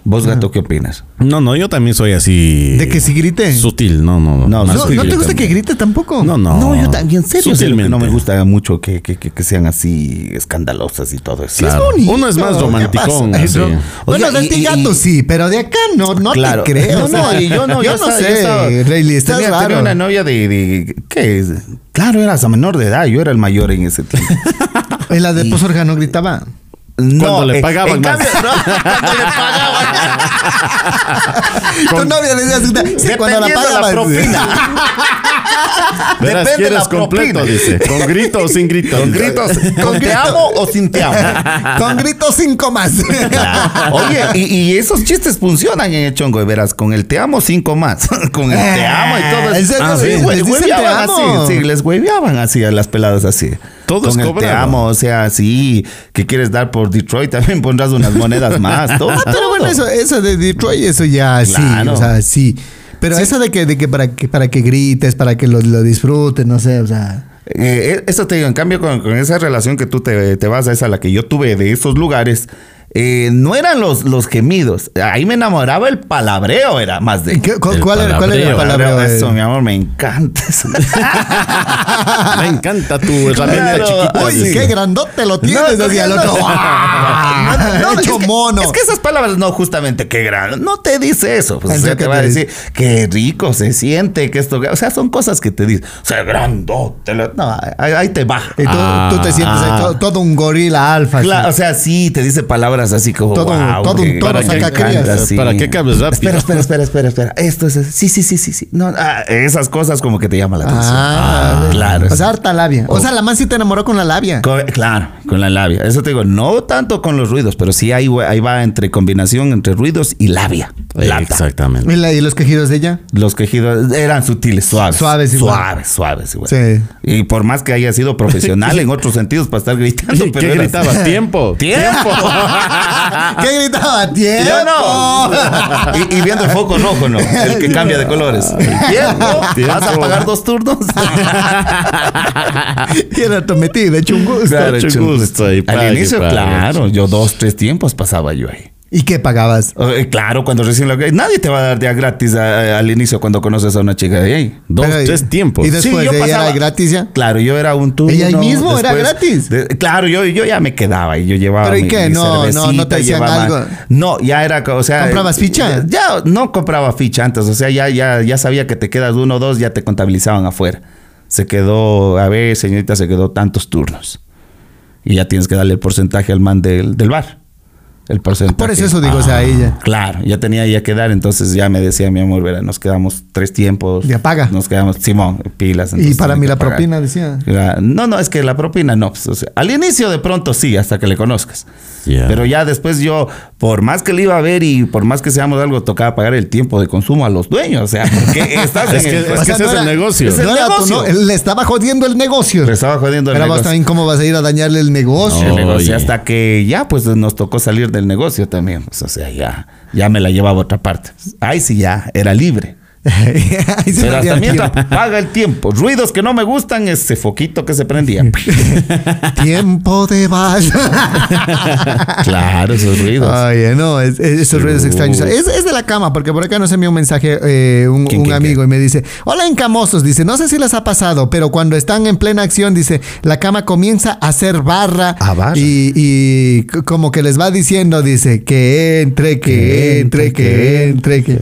S3: ¿Vos, gato, qué opinas?
S4: No, no, yo también soy así.
S2: ¿De que si grite?
S4: Sutil, no, no.
S3: No,
S4: más
S2: No,
S4: sutil
S2: ¿no te
S4: yo
S2: gusta
S4: también.
S2: que grite tampoco?
S4: No, no.
S3: yo también, en serio. sé lo que
S4: Sutilmente.
S3: No me gusta mucho que, que- que- que sean así escandalosas y todo eso.
S4: Claro.
S2: bonito.
S4: Uno es más
S2: ¿Qué
S4: romanticón.
S2: pasa?
S4: así.
S2: Eso. Bueno,
S3: Oiga,
S2: de
S3: y-
S2: ti
S3: y-
S2: gato
S3: y-
S2: sí, pero de acá no, no
S3: Claro.
S2: te creo.
S3: No, no, y yo no, yo
S2: no
S3: estaba- yo
S2: sé.
S3: estaba-
S2: Rayleigh, estás
S3: tenía,
S2: raro.
S3: tenía una novia de, de- ¿Qué es? Claro, eras a menor de edad, yo era el mayor en ese tiempo.
S2: En la de Pozorga no gritaba.
S4: Cuando le
S3: en-
S4: pagaban
S3: en
S4: más.
S3: cambio, no, cuando le pagaban.
S2: Tu novia le decía, sí, cuando la paga
S3: Dependiendo la propina.
S4: Verás,
S3: Depende
S4: ¿quieres
S3: la
S4: completo?
S3: propina.
S4: Dice. ¿Con grito o sin grito?
S3: Con
S4: Dice.
S3: gritos, con te amo o sin te amo.
S2: Con gritos cinco más.
S3: Oye, y, y esos chistes funcionan en el chongo, de veras, con el te amo cinco más, con el te amo y todo. eso.
S2: ¿En serio?
S3: Ah,
S2: ¿Les
S3: sí, güey,
S2: dicen
S3: hueveaban
S2: te amo?
S3: así, sí, les hueveaban así a las peladas así.
S4: Todos
S3: con el
S4: cobran,
S3: te
S4: ¿no?
S3: amo, o sea, sí, que quieres dar por Detroit, también pondrás unas monedas más, todo.
S2: Ah, Pero bueno, eso, eso de Detroit, eso ya sí,
S3: Claro.
S2: o sea, sí. Pero eso de que, de que para que para que grites, para que lo, lo disfrutes, no sé, o sea.
S3: Eh, eh, eso te digo, en cambio, con, con esa relación que tú te, te vas a esa, la que yo tuve de esos lugares, eh, no eran los, los gemidos. Ahí me enamoraba el palabreo, era más de.
S2: ¿Y qué- cu-
S4: El
S2: ¿Cuál, era, cuál era el
S4: palabreo,
S2: palabreo? eh?
S3: Eso, mi amor, me encanta. eso.
S4: Me encanta tu herramienta
S3: Claro.
S4: chiquita.
S2: Uy,
S4: dice.
S2: qué grandote lo
S3: No,
S2: tienes,
S3: no,
S2: decía el
S3: no,
S2: otro.
S3: no.
S2: ¡Ah!
S3: No, no,
S2: Hecho
S3: es que-
S2: mono.
S3: Es que esas palabras no justamente qué grande. No te dice eso. Pues, o
S2: Pensé
S3: sea, te
S2: que
S3: va a
S2: te
S3: decir qué rico se siente, que esto. O sea, son cosas que te dicen. O sea, grandote. lo- No, ahí, ahí te baja.
S2: Y tú,
S4: Ah,
S2: tú te sientes
S3: ah.
S2: eh, todo, todo un gorila alfa. así.
S3: Claro, o sea, sí, te dice palabras así como.
S2: Todo-
S3: "Guau,
S2: todo un
S3: qué-
S2: toro
S3: me
S2: saca
S3: encanta",
S2: crías.
S3: sí.
S4: ¿Para qué cables rápido?
S3: Espera, espera, espera, espera, espera. Esto es. Sí, sí, sí, sí, sí. No, ah, esas cosas como que te llama la atención.
S2: Ah,
S3: claro.
S2: O sea, harta labia. O sea, la man sí te enamoró con la labia.
S3: Co- claro, con la labia. Eso te digo, no tanto con los ruidos, pero sí ahí, ahí va entre combinación entre ruidos y labia. Lata.
S4: Exactamente.
S2: ¿Y, la- y los quejidos de ella?
S3: Los quejidos eran sutiles, suaves.
S2: Suaves igual.
S3: Suaves, suaves igual.
S2: Sí.
S3: Y por más que haya sido profesional en otros sentidos para estar gritando,
S4: ¿Y
S3: pero
S4: ¿Qué
S3: era-
S4: gritaba? Tiempo.
S3: ¡Tiempo!
S2: ¿Qué gritaba? ¡Tiempo!
S3: Yo no. Y, y viendo el foco rojo, ¿no? El que cambia de colores. ¿Tiempo?
S4: Tiempo.
S3: ¿Vas a pagar dos turnos?
S2: Y el otro metido, hecho un gusto.
S4: Claro, hecho un gusto ahí, pague,
S3: Al inicio,
S4: pague.
S3: claro. Yo dos, tres tiempos pasaba yo ahí.
S2: ¿Y qué pagabas?
S3: Eh, Claro, cuando recién lo nadie te va a dar día gratis a- a- al inicio cuando conoces a una chica de ahí.
S4: Dos,
S2: Pero,
S4: tres tiempos.
S2: Y después
S3: Sí, yo
S2: de ella
S3: pasaba-
S2: era gratis ya.
S3: Claro, yo era un turno.
S2: ¿Ella ahí mismo era gratis?
S3: de- claro, yo, yo ya me quedaba y yo llevaba.
S2: ¿Pero y
S3: mi-
S2: qué?
S3: mi
S2: No, no, no te
S3: cervecita,
S2: hacían
S3: llevaba-
S2: algo.
S3: No, ya era, o sea.
S2: ¿Comprabas
S3: eh,
S2: ficha?
S3: Ya, ya no compraba ficha antes, o sea, ya, ya, ya sabía que te quedas uno o dos, ya te contabilizaban afuera. Se quedó, a ver, señorita, se quedó tantos turnos. Y ya tienes que darle el porcentaje al man del, del bar. El porcentaje.
S2: Ah, Por eso eso digo, o sea,
S3: Ah,
S2: a ella.
S3: Claro, ya tenía ya que dar, entonces ya me decía mi amor, verá, nos quedamos tres tiempos.
S2: Ya paga.
S3: Nos quedamos, Simón, pilas.
S2: Y
S3: entonces
S2: para
S3: tiene
S2: mí
S3: que
S2: la
S3: pagar.
S2: propina, decía.
S3: Ya, No, no, es que la propina no. pues, o sea, al inicio de pronto sí, hasta que le conozcas.
S4: Ya.
S3: Pero ya después yo, por más que le iba a ver y por más que seamos algo, tocaba pagar el tiempo de consumo a los dueños. O sea, porque estás
S4: Es
S3: en el-
S4: que- es que- ese es el negocio.
S2: no
S3: Es el
S2: era tu
S3: negocio.
S2: no- él le estaba jodiendo el negocio.
S3: Le estaba jodiendo el
S2: Pero vos
S3: negocio.
S2: también, ¿cómo vas a ir a dañarle el negocio?
S3: el negocio,
S4: Oye.
S3: hasta que ya pues nos tocó salir del negocio también. Pues, o sea, ya, ya me la llevaba a otra parte. Ahí sí ya, era libre.
S2: Ahí se
S3: Pero
S2: perdía
S3: hasta
S2: el
S3: mientras paga el tiempo. Ruidos que no me gustan, ese foquito que se prendía.
S2: tiempo. Tiempo de vas.
S3: claro, esos ruidos.
S2: Oye, no, es- es- esos ruidos extraños. Es, es de la cama, porque por acá nos envió un mensaje eh, un,
S3: ¿Quién,
S2: un
S3: quién,
S2: amigo y me dice, hola encamosos, dice, no sé si les ha pasado, pero cuando están en plena acción, dice, la cama comienza a hacer barra,
S3: Ah, barra.
S2: Y, y c- como que les va diciendo, dice, que entre, que entre, que entre, que...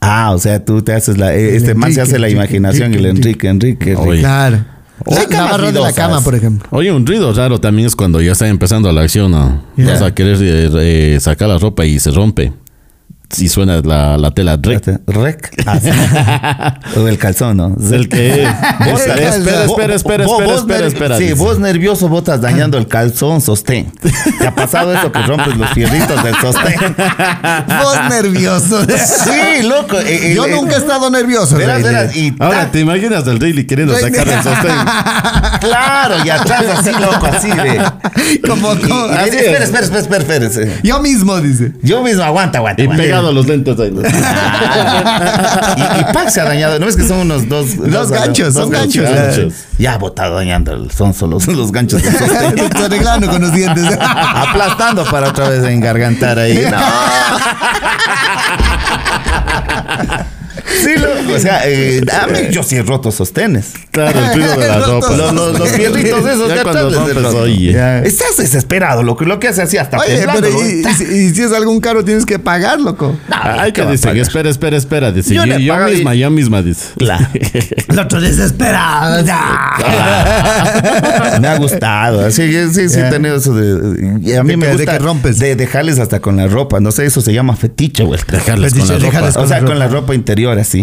S3: Ah, o sea, tú te haces la. eh, Este man se hace la
S2: Enrique,
S3: imaginación y le
S2: Enrique,
S3: Enrique, Enrique. Enrique.
S4: Oye.
S2: Claro.
S3: O
S2: La,
S3: hay
S2: la
S3: camas
S2: barra de la
S3: ruidosas.
S2: cama, por ejemplo.
S4: Oye, un ruido raro también es cuando ya está empezando la acción, ¿no?
S2: Ya.
S4: Vas a querer eh, eh, sacar la ropa y se rompe. Y suena la, la tela rec.
S3: Espérate, Rec. Ah, sí. o el calzón, ¿no?
S4: El que
S3: Vos-
S4: Espera, espera, espera, espera,
S3: vos- vos-
S4: espera,
S3: vos
S4: espera,
S3: nervi-
S4: espera.
S3: Sí,
S4: dice.
S3: vos nervioso, vos estás dañando el calzón sostén. ¿Te ha pasado eso que rompes los fierritos del sostén?
S2: Vos nervioso.
S3: Sí, loco. eh, eh,
S2: Yo
S3: eh,
S2: nunca he estado nervioso.
S3: Verás,
S2: Reyes.
S3: verás, y
S4: Ahora,
S3: tac,
S4: ¿te imaginas al Daily queriendo
S2: Rey-
S4: sacar el sostén?
S3: Claro, y atrás así, loco, así de.
S2: Como-
S3: Y- y-
S2: como-
S3: y le dice, espera, espera, espera, espera, espera, espera.
S2: Yo mismo, dice.
S3: Yo mismo aguanta, aguanta.
S4: Y
S3: aguanta.
S4: pegado a los lentes ahí. ¿no?
S3: Y, y Pac se ha dañado. No es que son unos dos. Dos,
S2: ganchos, son ganchos.
S3: Ya ha botado dañando. el- Son solo los ganchos. del sostén.
S2: Estoy arreglando con los dientes.
S3: Aplastando para otra vez engargantar ahí. No. Sí, lo- o sea, eh, a mí yo sí he roto sostenes.
S4: Claro, el frío de las
S2: Los-
S4: ropas.
S3: Los, los, los fierritos esos
S4: Ya
S3: de atrás
S4: cuando
S3: les he
S4: rompes,
S3: roto.
S4: oye.
S3: Ya. Estás desesperado, lo que, lo que hace así hasta
S2: Oye,
S3: temblando,
S2: pero
S3: ¿no?
S2: y, y si- y si es algún caro, tienes que pagar, loco.
S4: Ay, Ah, que dicen, espera, espera, espera. Dice,
S3: Yo
S4: yo,
S3: le
S4: yo
S3: pago y-
S4: misma, yo misma, dice.
S3: Claro.
S2: El otro desesperado.
S3: me ha gustado. Sí, sí, sí, sí he tenido eso de. y a mí
S5: De
S3: me
S5: que- de
S3: gusta
S5: que rompes.
S3: De dejarles hasta con la ropa. No sé, eso se llama fetiche, güey.
S4: Dejarles
S5: Pues
S4: con
S5: dice,
S4: la ropa.
S5: déjales
S3: O sea, con la ropa interior así.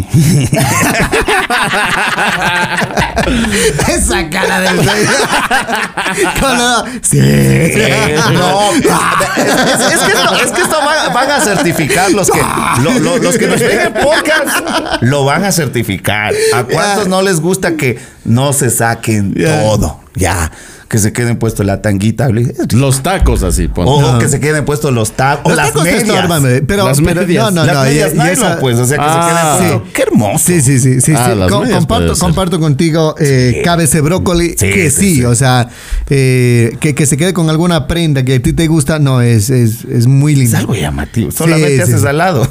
S2: Esa cara del Con la- Sí.
S3: No, es, es- es que esto, es que esto va- van, a certificar los que, lo- lo- los que nos ven en podcast, lo van a certificar. ¿A cuántos no les gusta que no se saquen todo? Ya, que se queden puesto la tanguita.
S4: Los tacos así, pon.
S3: O, o que se queden puestos los tacos.
S5: Los
S3: las
S5: tacos te
S3: medias.
S5: estorban,
S2: eh,
S5: bebé, pero-
S3: las
S5: pero-
S3: medias.
S5: no, no,
S3: las
S5: no, y-
S3: medias
S5: y
S3: nylon,
S5: esa-
S3: pues. O sea, que
S4: Ah,
S3: se queden puestos. Qué hermoso.
S2: Sí, sí, sí, sí,
S4: Ah,
S2: sí.
S4: las
S2: Com-
S4: medias
S2: comparto,
S4: puede ser.
S2: comparto contigo, eh, cabe ese brócoli,
S3: Sí,
S2: que
S3: sí,
S2: sí,
S3: sí.
S2: o sea, eh, que, que se quede con alguna prenda que a ti te gusta, no, es, es, es muy lindo.
S3: Es algo llamativo. Solamente
S2: sí,
S3: haces
S2: sí.
S3: al lado.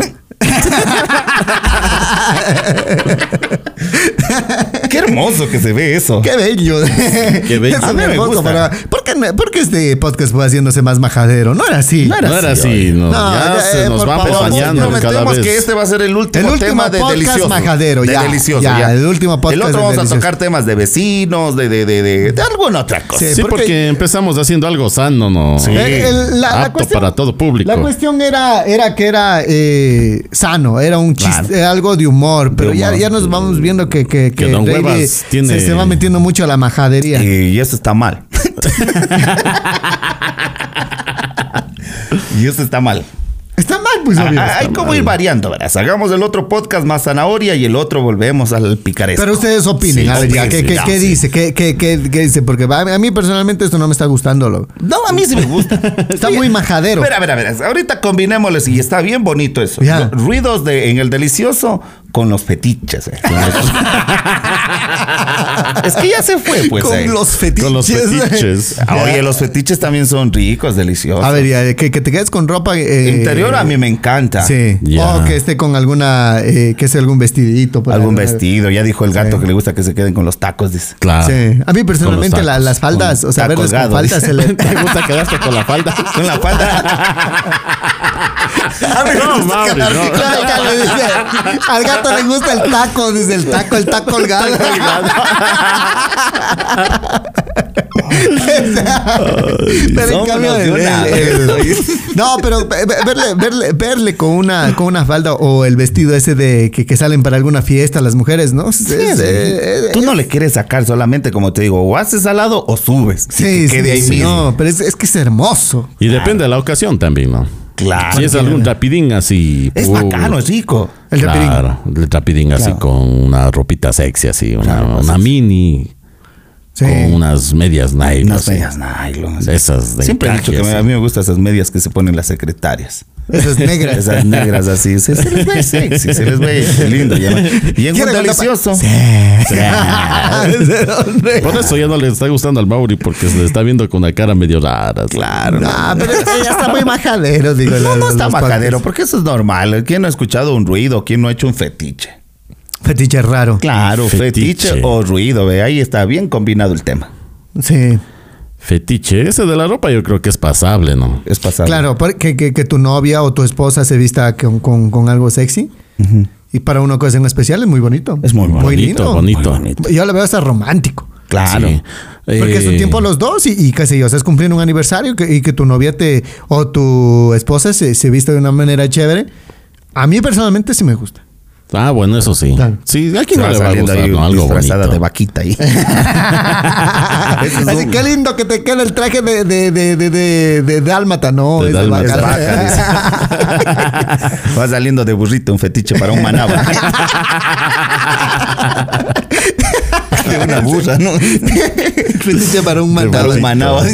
S3: Qué hermoso que se ve eso.
S2: Qué bello. Qué
S4: bello.
S2: Es
S3: A mí me
S2: hermoso,
S3: gusta.
S2: pero ¿por qué, me- por qué este podcast fue haciéndose más majadero? No era así.
S4: No era así, no.
S2: No,
S4: ya
S2: ya,
S4: se
S2: eh,
S4: nos
S2: por
S4: va
S2: favor,
S4: pesañando cada
S3: Prometemos
S4: vez.
S3: que este va a ser el último,
S2: El último
S3: tema de
S2: podcast
S3: delicioso.
S2: majadero,
S3: De
S2: ya,
S3: delicioso,
S2: ya,
S3: ya.
S2: el último podcast
S3: El
S2: de
S3: otro vamos a
S2: delicioso.
S3: tocar temas de vecinos, de, de, de, de, de alguna otra cosa.
S2: Sí,
S4: Sí, porque... empezamos haciendo algo sano, ¿no?
S3: eh, Sí.
S2: Eh, el- la- la
S4: Apto
S2: cuestión-
S4: para todo público.
S2: La cuestión era, era que era eh, sano, era un chiste, era algo de humor, pero ya,
S4: humor.
S2: ya nos vamos viendo que, que,
S4: Que
S2: que
S4: Don
S2: Brady
S4: Huevas
S2: se-
S4: tiene-
S2: se, va metiendo mucho a la majadería.
S3: Y eso está mal. y eso está mal.
S2: Está mal, pues, obvio.
S3: Ah, Hay como ir variando, verás. Hagamos el otro podcast más zanahoria y el otro volvemos al picaresco.
S2: Pero ustedes opinen,
S3: Sí,
S2: a ver, ya,
S3: sí,
S2: ¿qué,
S3: sí,
S2: qué,
S3: ya,
S2: qué
S3: sí.
S2: dice? ¿Qué, qué, qué, qué dice? Porque va- a mí personalmente esto no me está gustando. lo-
S3: No, a mí sí me gusta.
S2: Está muy majadero.
S3: Espera, espera, espera. Ahorita combinémosles y está bien bonito eso.
S2: Ya.
S3: Ru- Ruidos de, en el delicioso con los fetiches. eh. Con los- es que ya se fue, pues. eh.
S2: fetiches.
S4: Con los fetiches.
S3: Ah, Oye, los fetiches también son ricos, deliciosos.
S2: A ver, ya, que, que te quedes con ropa. eh,
S3: Interior a mí me encanta.
S2: Sí.
S4: Ya.
S2: O que esté con alguna. eh, que sea algún vestidito. por
S3: Algún
S2: ahí.
S3: vestido. Ya dijo el gato que le gusta que se queden con los tacos, dice.
S4: Claro.
S2: Sí. A mí personalmente
S4: Con los
S2: la-
S4: tacos.
S2: las faldas, o sea,
S3: está
S2: verles con
S3: colgado,
S2: faldas se le.
S4: ¿Te gusta quedarte con la falda?
S3: Con la falda.
S4: no, Mauri, no.
S2: Claro, claro, dice, al gato le gusta el taco, dice el taco, el taco colgado. pero en
S3: Son
S2: cambio,
S3: unos de una
S2: el- el- no, pero ve- ve- verle, verle, verle con una con una falda o el vestido ese de que, que salen para alguna fiesta las mujeres, ¿no? Sí,
S3: Eh, Tú no le quieres sacar solamente, como te digo, o haces al lado o subes. y
S2: sí,
S3: que quede ahí
S2: sí,
S3: mismo.
S2: no, pero es, es que es hermoso.
S4: Y depende de la ocasión también, ¿no?
S3: Claro.
S4: Si es algún rapidín así.
S3: Ah, Es
S4: uh,
S3: bacano, es rico.
S2: El rapidín.
S4: Claro, el rapidín así
S3: Claro.
S4: con una ropita sexy, así, una,
S3: Claro, pues,
S4: una mini,
S2: Sí.
S4: con unas medias nylon.
S3: Unas
S4: así.
S3: medias nylon. así.
S4: Esas de
S3: Siempre he
S4: encaje,
S3: dicho que me-
S4: así.
S3: a mí me gustan esas medias que se ponen las secretarias.
S2: Esas negras.
S3: Esas negras así. Se, se les ve sexy, se les ve lindo. ya no- Y en un
S2: ¿Quiere
S3: delicioso.
S4: Por eso ya no le está gustando al Mauri porque se le está viendo con una cara medio rara.
S3: Claro.
S2: Ah, pero es que ya está muy majadero, digo.
S3: No,
S2: la-
S3: no
S2: los
S3: está
S2: parques.
S3: majadero, porque eso es normal. ¿Quién no ha escuchado un ruido? ¿Quién no ha hecho un fetiche?
S2: Fetiche raro.
S3: Claro, fetiche,
S4: Fetiche.
S3: o ruido. Ve, ahí está bien combinado el tema.
S2: Sí.
S4: Fetiche, ese de la ropa yo creo que es pasable, ¿no?
S3: Es pasado.
S2: Claro, por- que, que, que tu novia o tu esposa se vista con, con- con algo sexy. Y para una ocasión especial es muy bonito.
S3: Es muy
S2: Muy lindo.
S4: bonito, bonito.
S2: Yo lo veo hasta romántico.
S3: Claro.
S4: Sí.
S2: Porque es un
S4: Eh,
S2: tiempo los dos y, y qué sé yo, estás cumpliendo un aniversario que- y que tu novia te o tu esposa se, se vista de una manera chévere. A mí personalmente sí me gusta.
S4: Ah, bueno, eso sí.
S2: Claro.
S4: Sí, aquí
S3: Se
S4: no
S3: va
S4: le va a
S3: saliendo
S4: gustar,
S3: ahí
S4: ¿no? Algo
S3: disfrazada
S4: bonito.
S3: de vaquita ahí.
S2: Así que lindo que te queda el traje de, de, de, de, de, de dálmata, ¿no?
S4: De
S2: es de
S4: dálmata.
S3: Es
S2: vaca.
S3: vaca, dice. Va saliendo de burrito un fetiche para un manaba. De una burra, ¿no?
S2: Fetiche para un
S3: Para
S2: mandado.
S3: un manaba.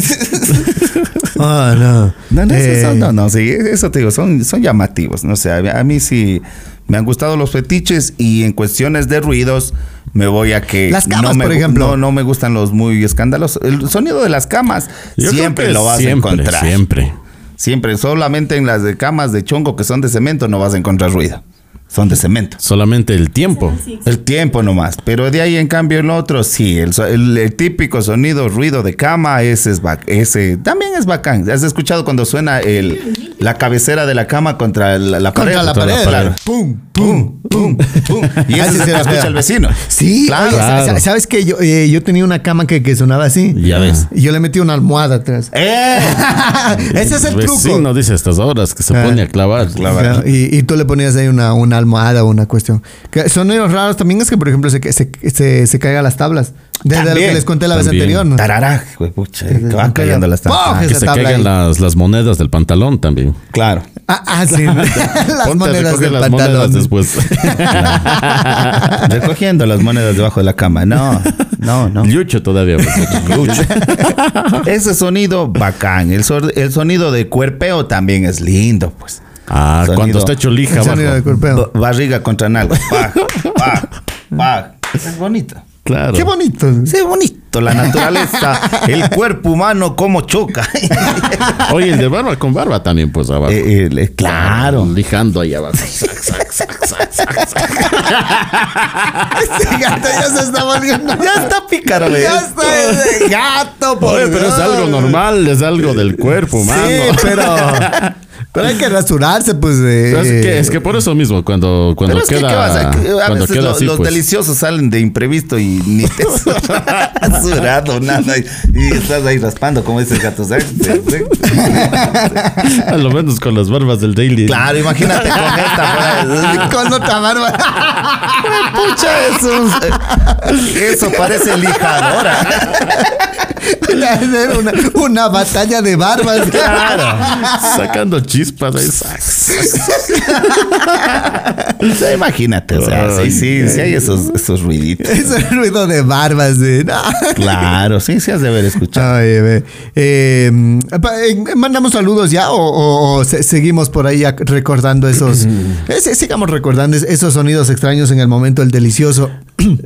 S2: Ah, no.
S3: No, no,
S2: Eh,
S3: esos son- no, no, sí, eso te digo, son, son llamativos. No sé, a, a mí sí me han gustado los fetiches y en cuestiones de ruidos me voy a que.
S2: Las camas,
S3: no me,
S2: por
S3: gu-
S2: ejemplo.
S3: No, no me gustan los muy escandalosos. El sonido de las camas
S4: Yo creo
S3: siempre
S4: que
S3: lo vas
S4: siempre,
S3: a encontrar. Siempre.
S4: Siempre.
S3: Solamente en las de camas de chongo que son de cemento no vas a encontrar ruido. son de cemento.
S4: Solamente el tiempo.
S3: El tiempo nomás. Pero de ahí, en cambio, el otro, sí, el, so- el- el típico sonido, ruido de cama, ese es bac- ese también es bacán. ¿Has escuchado cuando suena el, la cabecera de la cama contra la, la pared?
S2: Contra la
S4: Contra la
S2: pared.
S4: pared.
S2: Pum,
S3: Pum, pum, pum. Y
S2: Así se
S3: ese se lo
S2: la
S3: escucha
S2: pega.
S3: el vecino.
S2: Sí,
S3: Claro.
S2: oye, sa- sa- ¿sabes que yo, eh, yo tenía una cama que, que sonaba así?
S4: Ya ves.
S2: Y yo le metí una almohada atrás.
S3: ¡Eh!
S2: Ese es el
S4: no
S2: truco. Ah,
S4: dice estas horas que se pone a clavar.
S3: clavar.
S2: Y, y tú le ponías ahí una, una almohada o una cuestión. Que sonidos raros también es que, por ejemplo, se, que- se, se, se caigan las tablas. Desde lo
S3: También.
S2: que les conté la vez
S4: También.
S2: anterior, ¿no?
S3: Tarará, güey, pucha, que van cayendo las
S2: ¡Pah!
S3: trampas.
S4: Que
S2: Esa
S4: se
S2: tabla
S4: caigan
S2: ahí.
S4: las, las monedas del pantalón también.
S3: Claro.
S2: Ah, ah, sí. las
S4: Ponte a
S2: monedas
S4: recoger
S2: del
S4: las monedas
S2: pantalón.
S4: después.
S3: Recogiendo las monedas debajo de la cama. No, no, no.
S4: Lucho todavía. pues.
S3: Ese sonido bacán. El, sor- el sonido de cuerpeo también es lindo, pues.
S4: Ah,
S3: Sonido.
S4: cuando está hecho lija
S2: El sonido del
S4: abajo.
S2: cuerpeo.
S3: Ba- barriga contra nalga. Pa, pa, pa. Es bonito.
S4: Claro.
S2: Qué bonito.
S3: Sí, bonito. La naturaleza, el cuerpo humano, cómo choca.
S4: Oye, el de barba con barba también, pues abajo.
S3: Eh, eh, claro.
S4: Lijando ahí abajo.
S2: Este gato ya se está volviendo.
S3: Ya está pícaro, ¿ves?
S2: Ya está ese gato, por
S4: Oye, pero es
S2: Dios.
S4: algo normal, es algo del cuerpo humano.
S2: Sí, pero. Pero hay que rasurarse, pues. eh.
S4: Pero es, que, es que por eso mismo, cuando, cuando
S3: Pero es que, ¿qué vas
S4: queda.
S3: a- a
S4: cuando
S3: veces
S4: queda
S3: lo-
S4: así,
S3: los
S4: pues.
S3: deliciosos salen de imprevisto y ni te has surado nada. Y, y estás ahí raspando como ese gato. ¿sabes?
S4: A lo menos con las barbas del Daily.
S3: Claro, imagínate con esta. fuera-
S2: Con otra barba.
S3: Pucha, eso, eso parece lijadora.
S2: Va a ser Una, una batalla de barbas.
S4: Sacando chispas ahí. sax.
S3: O sea, Pues, eh, imagínate, o sea, sí, sí, sí hay esos, esos ruiditos.
S2: Es el ruido de barbas. eh. No.
S3: Claro, sí, sí has de haber escuchado.
S2: Ay, ve. Eh, pa- eh, ¿Mandamos saludos ya o, o- o se- seguimos por ahí ac- recordando esos... eh, sí, sigamos recordando es- esos sonidos extraños en el momento, el delicioso.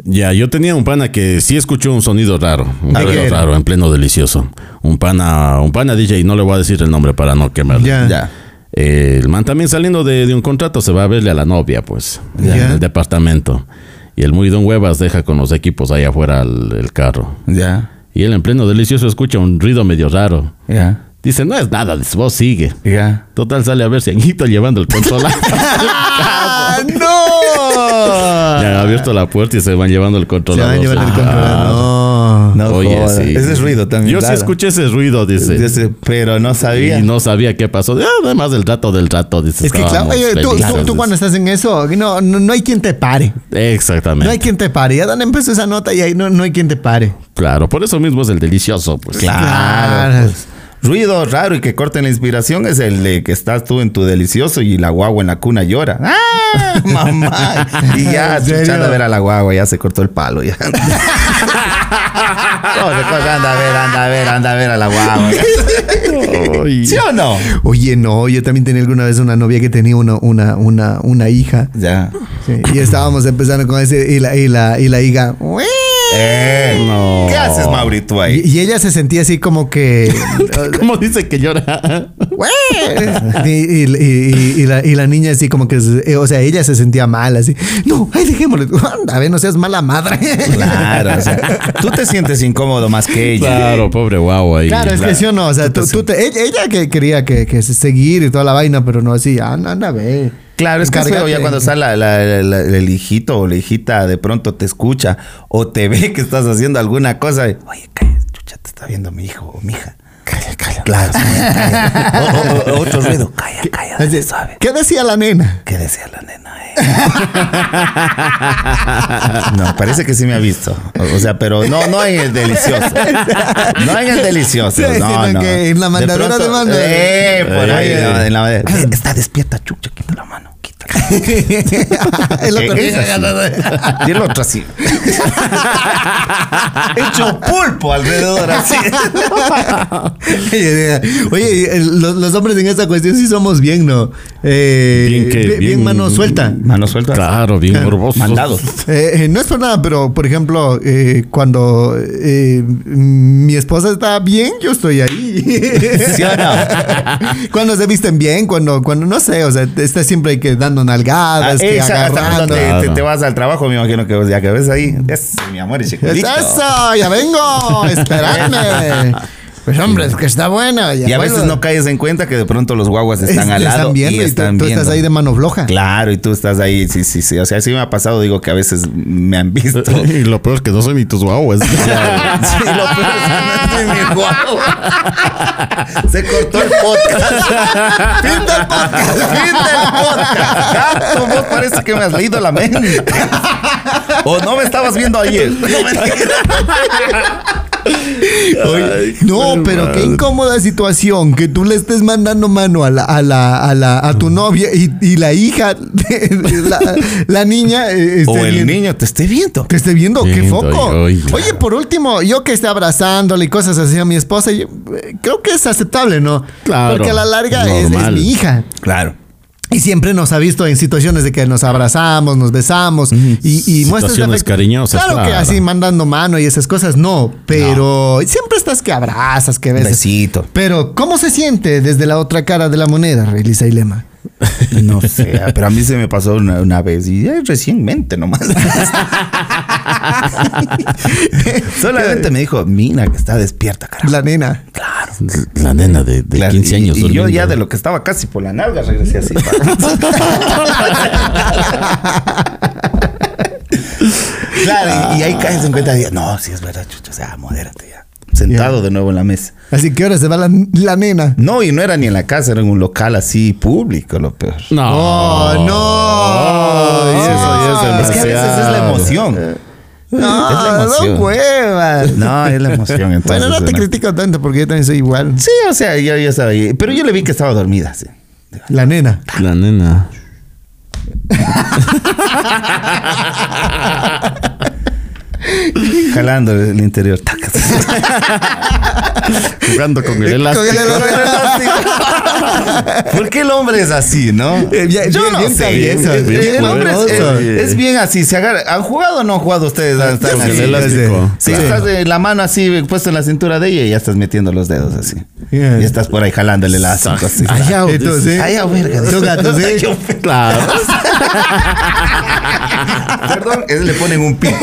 S4: Ya, yo tenía un pana que sí escuchó un sonido raro. Un
S2: ¿De
S4: ruido
S2: qué era?
S4: raro, en pleno delicioso. Un pana, un pana DJ, no le voy a decir el nombre para no quemarlo.
S2: Ya.
S3: Ya.
S4: Eh, el man también saliendo de, de un contrato se va a verle a la novia, pues,
S2: Ya.
S4: en el departamento. Y el muy don huevas deja con los equipos ahí afuera el, el carro.
S3: Ya,
S4: Y él en pleno delicioso escucha un ruido medio raro.
S3: ya,
S4: Dice, no es nada, dice, vos sigue.
S3: ya.
S4: Total sale a ver si Añito llevando el control.
S2: ¡Ah, no!
S4: Ya han abierto la puerta y se van llevando el control.
S2: Se van a llevar el control. No.
S3: No,
S4: Oye,
S3: joda.
S4: sí.
S3: Ese es ruido también.
S4: Yo sí
S3: raro.
S4: escuché ese ruido, dice.
S3: Ese- pero no sabía.
S4: Y no sabía qué pasó. Ah, Además del rato del rato, dice.
S2: Es que claro,
S4: estábamos
S2: oye, tú,
S4: felices,
S2: tú- tú
S4: dice.
S2: cuando estás en eso, no, no, no hay quien te pare.
S4: Exactamente.
S2: No hay quien te pare. Ya dan empezó esa nota y ahí no, no hay quien te pare.
S4: Claro, por eso mismo es el delicioso. Pues.
S3: Claro.
S2: Claro.
S3: pues. Ruido raro y que corten la inspiración es el de que estás tú en tu delicioso y la guagua en la cuna llora. ¡Ah, mamá! Y ya,
S2: ¿En serio?
S3: chuchando a ver a la guagua, ya se cortó el palo. Ya. No, se corta, anda a ver, anda a ver, anda a ver a la guagua.
S4: Ay.
S3: ¿Sí o no?
S2: Oye, no, yo también tenía alguna vez una novia que tenía una, una, una, una hija.
S3: Ya.
S2: Sí, y estábamos empezando con ese y la, y la, y la hija. "Ué".
S3: Eh, ¿Qué haces, Mauri, tú ahí?
S2: Y, y ella se sentía así como que.
S4: ¿Cómo dice que llora?
S2: "Ué". y, y, y- y- y la, y la niña así como que. eh, O sea, ella se sentía mal, así. No, ay, dejémosle. Anda, a ver, no seas mala madre.
S3: Claro, o sea, tú te sientes incómodo más que ella.
S4: claro, pobre guau ahí.
S2: Claro, es
S3: Claro.
S2: que sí o no. O sea, tú, tú te- ella, ella que quería que, que se- seguir y toda la vaina, pero no así, anda, anda, ve.
S3: Claro, es que es feo
S2: Encárgate.
S3: ya cuando sale la- la- la- el hijito o la hijita de pronto te escucha o te ve que estás haciendo alguna cosa. y, Oye, calla, chucha, te está viendo mi hijo o mi hija. Calla, calla. Claro, sí, calla. O- o- o- otro ruido. Calla, calla, dale
S2: Así,
S3: suave.
S2: ¿Qué decía la nena?
S3: ¿Qué decía la nena? eh? no, parece que sí me ha visto. O, o sea, pero no, no en el delicioso. No en el delicioso.
S2: Sí,
S3: no,
S2: sino
S3: no.
S2: que en la
S3: De
S2: mandadera
S3: pronto-
S2: de mano.
S3: Eh, por ahí.
S4: Eh.
S3: no, en la mandadera. Está despierta, chucha, quita la mano. Quita la mano.
S2: El otro
S3: Eh,
S2: día.
S3: es así. Y el otro así. Hecho pulpo alrededor así.
S2: Oye, el- los, los hombres en esta cuestión sí somos bien, ¿no? Eh,
S4: Bien que-
S2: bien,
S4: bien-
S2: mano suelta.
S3: Mano suelta.
S4: Claro, bien morboso.
S3: Mandados.
S2: Eh, eh, no es por nada, pero por ejemplo, eh, cuando eh, mi esposa está bien, yo estoy ahí.
S3: ¿Sí o no?
S2: cuando se visten bien, cuando, cuando no sé, o sea, está siempre hay que dando dando nalgadas, que
S3: Ah, Esa- hasta cuando
S2: agarrando.
S3: te,
S4: Claro.
S3: te- te vas al trabajo, me imagino que ya que ves ahí. Es mi amor, es
S2: Es
S3: chiquitito.
S2: ¡Eso! ¡Ya vengo! ¡Esperadme! Pues hombre, es que está buena.
S3: Y a veces no caes en cuenta que de pronto los guaguas están al lado
S2: Están viendo y,
S3: y
S2: tú-
S3: están
S2: tú,
S3: viendo.
S2: estás ahí de mano floja.
S3: Claro, y tú estás ahí, sí, sí, sí. O sea, sí me ha pasado, digo que a veces me han visto. Sí,
S4: Y lo peor es que no soy ni tus guaguas.
S3: lo peor es que no es mi guagua. Se cortó el podcast. Pinta el podcast. Pinta el podcast. Gato, vos parece que me has leído la mente. O no me estabas viendo ayer.
S2: No, pero qué incómoda situación que tú le estés mandando mano a la, a la, a la, a tu novia y, y la hija, la, la niña, eh,
S3: O
S2: esté
S3: el
S2: viendo-
S3: niño te esté viendo.
S2: Te esté viendo, qué
S4: Viendo,
S2: foco.
S4: ay, ay,
S2: Oye,
S4: claro.
S2: por último, yo que esté abrazándole y cosas así a mi esposa, yo, eh, creo que es aceptable, ¿no?
S4: Claro,
S2: Porque a la larga es- es,
S4: normal.
S2: mi hija.
S3: Claro.
S2: Y siempre nos ha visto en situaciones de que nos abrazamos, nos besamos y, y muestras de
S4: Situaciones
S2: afecto.
S4: cariñosas,
S2: Claro, que
S4: claro.
S2: así mandando mano y esas cosas, no. Pero siempre estás que abrazas, que besas.
S3: Besito.
S2: Pero, ¿cómo se siente desde la otra cara de la moneda, Relisa y Lema?
S3: No sé, pero a mí se me pasó una, una vez y eh, recientemente nomás. Solamente me dijo, Mina, que está despierta, carajo.
S2: La nena.
S3: Claro.
S4: La nena de, de
S3: Claro,
S4: 15
S3: y-
S4: años.
S3: Y, yo
S4: durmiendo.
S3: ya de lo que estaba casi por la nalga regresé así. claro, y, y ahí
S4: Ah.
S3: caes en cuenta. y- No, sí es verdad, chucho. O sea, modérate ya. Sentado de nuevo en la mesa.
S2: Así que ahora se va la, la nena.
S3: No, y no era ni en la casa, era en un local así público, lo peor.
S4: No.
S2: ¡Oh,
S3: Oh,
S2: no! Oh,
S4: Ay, eso ya es
S3: Ah, Es que a veces es la
S4: demasiado.
S3: emoción.
S2: No,
S3: Es la emoción.
S2: no huevas.
S3: No, es la emoción. Entonces,
S2: bueno, no te
S3: una-
S2: critico tanto porque yo también soy igual.
S3: Sí, o sea, yo, yo estaba ahí. Pero yo le vi que estaba dormida. sí.
S2: La nena.
S4: La nena.
S3: Jalando el interior. Tacas.
S4: Jugando con el
S3: ¿Por qué el hombre es así, no?
S2: Eh, bien- bien- bien travieso,
S3: El-
S2: bien
S3: el hombre es,
S2: amoroso.
S3: es- es bien así. Se agarra. ¿Han jugado o no han jugado ustedes? Ah, Están
S4: Con
S3: así.
S4: el elástico.
S3: Si
S4: Claro.
S3: estás de la mano así puesto en la cintura de ella y ya estás metiendo los dedos así.
S2: Yeah.
S3: Y estás por ahí jalando el elástico así.
S2: Allá, entonces.
S3: Ay, ah, verga.
S2: Los gatos, ¿eh?
S4: Claro.
S3: Perdón, es- le ponen un pito.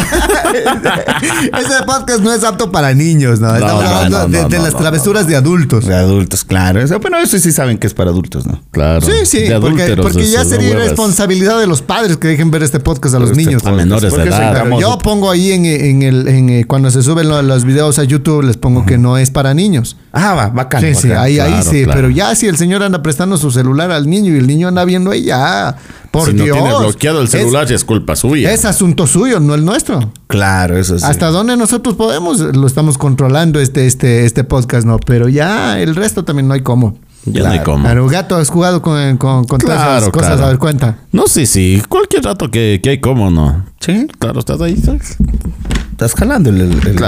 S2: Este podcast no es apto para niños, ¿no? Estamos
S4: no,
S2: hablando
S4: no,
S2: de,
S4: no,
S2: de
S4: no,
S2: las
S4: no,
S2: travesuras de adultos.
S3: De adultos, claro. Eso- Bueno, eso sí saben que es para adultos, ¿no?
S4: Claro.
S2: Sí, sí,
S4: De
S2: porque,
S4: adúlteros,
S2: porque ya
S4: eso,
S2: sería
S4: no huevas.
S2: responsabilidad de los padres que dejen ver este podcast a los niños.
S4: A menores de
S3: Porque soy
S4: edad.
S2: Pero
S3: famoso.
S2: yo pongo ahí en, en el en, eh, cuando se suben lo- los videos a YouTube les pongo que no es para niños.
S3: Ah, va, bacán.
S2: Sí, sí,
S3: bacán.
S2: ahí, ahí
S4: claro,
S2: sí,
S4: claro.
S2: pero ya si el señor anda prestando su celular al niño y el niño anda viendo ahí, ya, por
S4: si
S2: Dios.
S4: no tiene bloqueado el
S2: Es-
S4: celular, ya es culpa suya.
S2: Es asunto suyo, no el nuestro.
S3: Claro, eso sí.
S2: Hasta donde nosotros podemos, lo estamos controlando este, este, este podcast, no, pero ya el resto también no hay cómo.
S4: ya no hay cómo.
S2: Claro, gato, has jugado con, con, con todas
S4: Claro,
S2: esas cosas,
S4: claro.
S2: a ver, cuenta.
S4: No, sí, sí. Cualquier rato que, que hay cómo, ¿no?
S3: Sí,
S4: Claro, estás ahí. ¿sabes?
S3: estás jalando el. el- el-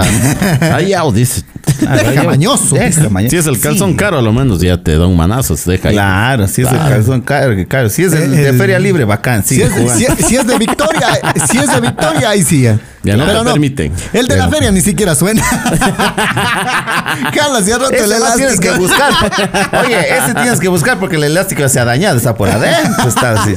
S4: Ahí out, dice.
S2: Deja mañoso.
S3: Deja mañoso.
S4: Si es el calzón
S3: Sí.
S4: caro, a lo menos ya te da un manazo. se deja ahí.
S3: Claro, si es el calzón caro, que caro. Si es el, de
S2: El-
S3: feria libre, bacán,
S2: Si
S3: sigue
S2: Eh, es,
S3: jugando.
S2: si, es- si es de victoria, eh, si es de victoria, ahí sí. eh.
S4: Ya no te permiten.
S2: El de la feria ni siquiera suena. Carlos, ya roto
S3: Ese
S2: el
S3: más tienes que
S2: elástico.
S3: buscar. Oye, ese tienes que buscar porque el elástico se ha dañado, está por adentro. Está así.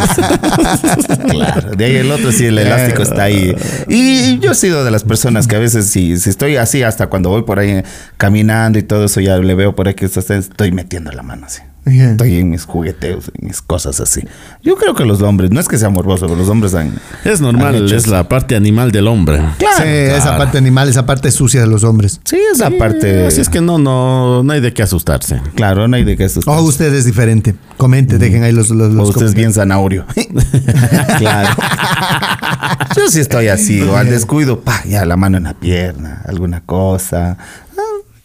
S3: Claro, de ahí el otro sí, el elástico está ahí. Y yo he sido de las personas que a veces, si, si estoy así, hasta cuando voy por ahí eh, caminando y todo eso, ya le veo por ahí que está- está- estoy metiendo la mano así.
S2: Bien.
S3: Estoy en mis jugueteos, en mis cosas así. Yo creo que los hombres, no es que sea morboso, pero los hombres han.
S4: Es
S3: han
S4: normal,
S3: hecho
S4: es la parte animal del hombre.
S2: Sí, esa parte animal, esa parte sucia de los hombres.
S3: Sí, es la parte.
S4: Así es que no, no, no hay de qué asustarse.
S3: Claro, no hay de qué asustar.
S2: O usted es diferente. Comente, dejen ahí los, los,
S3: O
S2: los
S3: usted es bien zanahorio. claro. Yo sí estoy así, o al descuido, pa, ya la mano en la pierna, alguna cosa. Ah,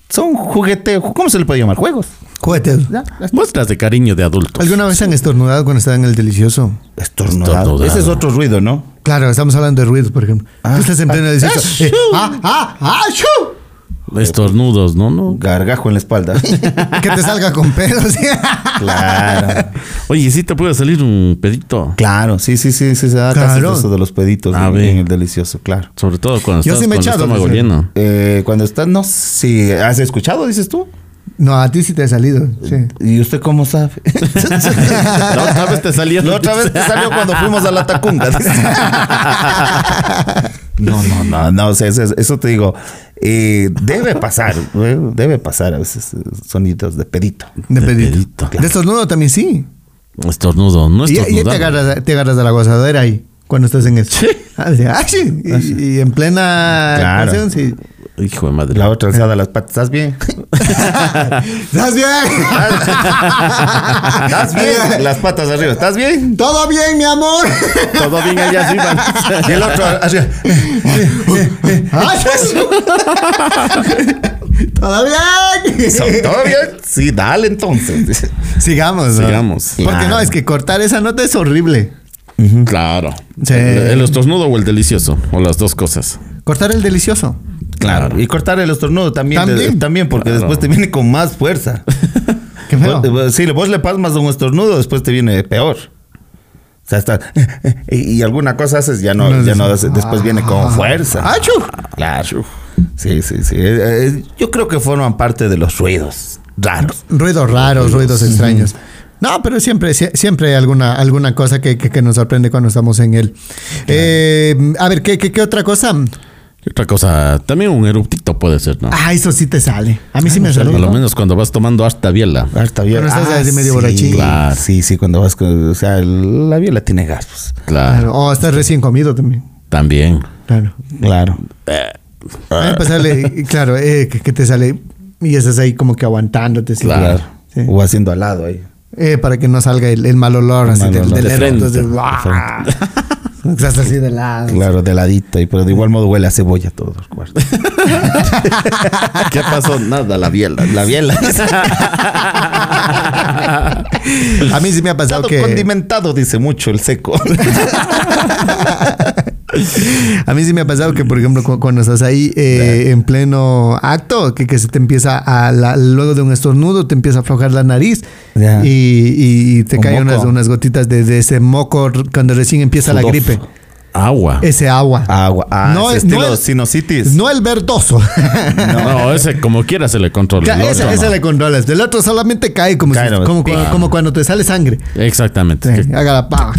S3: Son jugueteos. ¿Cómo se le puede llamar? Juegos.
S2: Cohetes.
S3: ¿Ya?
S4: Muestras de cariño de adulto.
S2: ¿Alguna vez han estornudado cuando estaban en el delicioso?
S3: Estornudado.
S4: Estornudado.
S3: Ese es otro ruido, ¿no?
S2: Claro, estamos hablando de ruidos, por ejemplo.
S3: Ah,
S2: Tú estás en pleno
S3: ah,
S2: delicioso.
S3: ah,
S2: Eh, ah, ah, ah, shoo.
S4: Estornudos, ¿no? no.
S3: Gargajo en la espalda.
S2: ah, Que te salga con pelos.
S3: claro.
S4: Oye, sí te puede salir un pedito.
S3: Claro, sí, sí, sí, sí, se da caso
S2: Claro.
S3: de eso de los peditos
S4: A
S3: en,
S4: ver.
S3: en el delicioso, claro.
S4: Sobre todo cuando
S2: Yo
S4: estás
S2: sí me he
S4: con el
S2: echado,
S4: estómago
S2: dice.
S4: lleno.
S3: Eh, cuando estás, no sé, ¿has escuchado, dices tú?
S2: No, a ti sí te ha salido. Sí.
S3: ¿Y usted cómo sabe?
S4: La otra vez te salió.
S3: La otra vez te salió cuando fuimos a la tacunga. No, no, no, no, o sea, eso, eso te digo, eh, debe pasar, eh, debe pasar a veces eh, sonidos de pedito.
S2: De
S4: pedito.
S2: pedito. De estornudo también sí.
S4: Estornudo, no
S2: Y, y
S4: estornudar.
S2: te, agarras, te agarras de la gozadera ahí cuando estás en eso. Ah, sí. Ah, sí. Y, y en plena
S3: Claro.
S2: canción, sí.
S4: Hijo de madre.
S3: La otra alzada las patas, ¿estás bien?
S2: ¿Estás bien?
S3: ¿Estás bien? Las patas arriba, ¿estás bien?
S2: ¿Todo bien, mi amor?
S4: Todo bien allá arriba.
S3: Y el otro arriba.
S2: Ah, sí. ¿Todo bien?
S3: "So, ¿Todo bien? Sí, dale entonces.
S2: Sigamos. ¿no?
S4: Sigamos.
S2: Porque
S3: Claro.
S2: no, es que cortar esa nota es horrible.
S4: Claro.
S2: Sí.
S4: El estornudo o el delicioso. O las dos cosas.
S2: Cortar el delicioso.
S3: Claro. Y cortar el estornudo también. de-
S2: También.
S3: También, porque
S4: Claro.
S3: después te viene con más fuerza.
S2: Qué feo.
S3: Vos- Pues, Sí, vos le pasmas un estornudo, después te viene peor. O sea, está, y, y alguna cosa haces, ya no,
S2: No,
S3: ya
S2: sí.
S3: no, haces, después viene con fuerza.
S2: ¡Achú!
S3: Claro. Sí, sí, sí. Eh, eh, yo creo que forman parte de los ruidos raros.
S2: Ruidos raros, ruidos extraños. No, pero siempre, sie- siempre hay alguna, alguna cosa que, que- que nos sorprende cuando estamos en él. Eh, a ver, ¿qué, qué, qué otra cosa?
S4: ¿Qué otra cosa? También un eruptito puede ser, ¿no?
S2: Ah, eso sí te sale. A mí sí me
S4: a
S2: sale.
S4: lo menos cuando vas tomando harta biela.
S3: Harta biela.
S2: Cuando estás así medio
S3: sí,
S2: borrachín.
S3: claro. Sí, sí, cuando vas con. O sea, la biela tiene gastos.
S4: Claro.
S2: Claro. O estás recién comido también.
S4: También.
S2: Claro.
S3: Claro.
S2: Ah, pues sale, y claro, eh, que, que te sale y estás ahí como que aguantándote. sí.
S4: Claro.
S2: Sí.
S3: O haciendo al lado ahí.
S2: Eh, para que no salga el, el mal olor así
S3: mal
S2: del,
S3: olor.
S2: del
S4: De
S2: herrero,
S4: frente,
S2: entonces,
S4: de
S2: ¡buah! Estás así de lado.
S3: Claro, de ladito ahí, pero de igual modo huele a cebolla todo el cuarto.
S4: ¿Qué pasó? Nada, la biela.
S3: La biela.
S2: A mí sí me ha pasado
S3: Todo
S2: que.
S3: condimentado, dice mucho el seco.
S2: A mí sí me ha pasado que, por ejemplo, cu- cuando estás ahí eh, en pleno acto, que, que se te empieza a. la- luego de un estornudo, te empieza a aflojar la nariz
S3: Ya.
S2: y, y- y te
S3: Un
S2: caen
S3: moco.
S2: unas, unas gotitas de, de ese moco r- cuando recién empieza la
S4: Sudor.
S2: gripe.
S4: Agua.
S2: Ese agua.
S3: Agua. Ah,
S2: No
S3: no,
S2: es-
S3: es estilo
S2: no es-
S3: sinusitis.
S2: No el verdoso.
S4: No, ese como quiera se le controla.
S2: Ca-
S4: el
S2: esa,
S4: otro
S2: esa
S4: no.
S2: le controlas. Del otro solamente cae como, si-
S3: Cae nomás.
S2: como, como- como cuando te sale sangre.
S4: Exactamente.
S2: Sí,
S4: Que-
S2: haga la pa.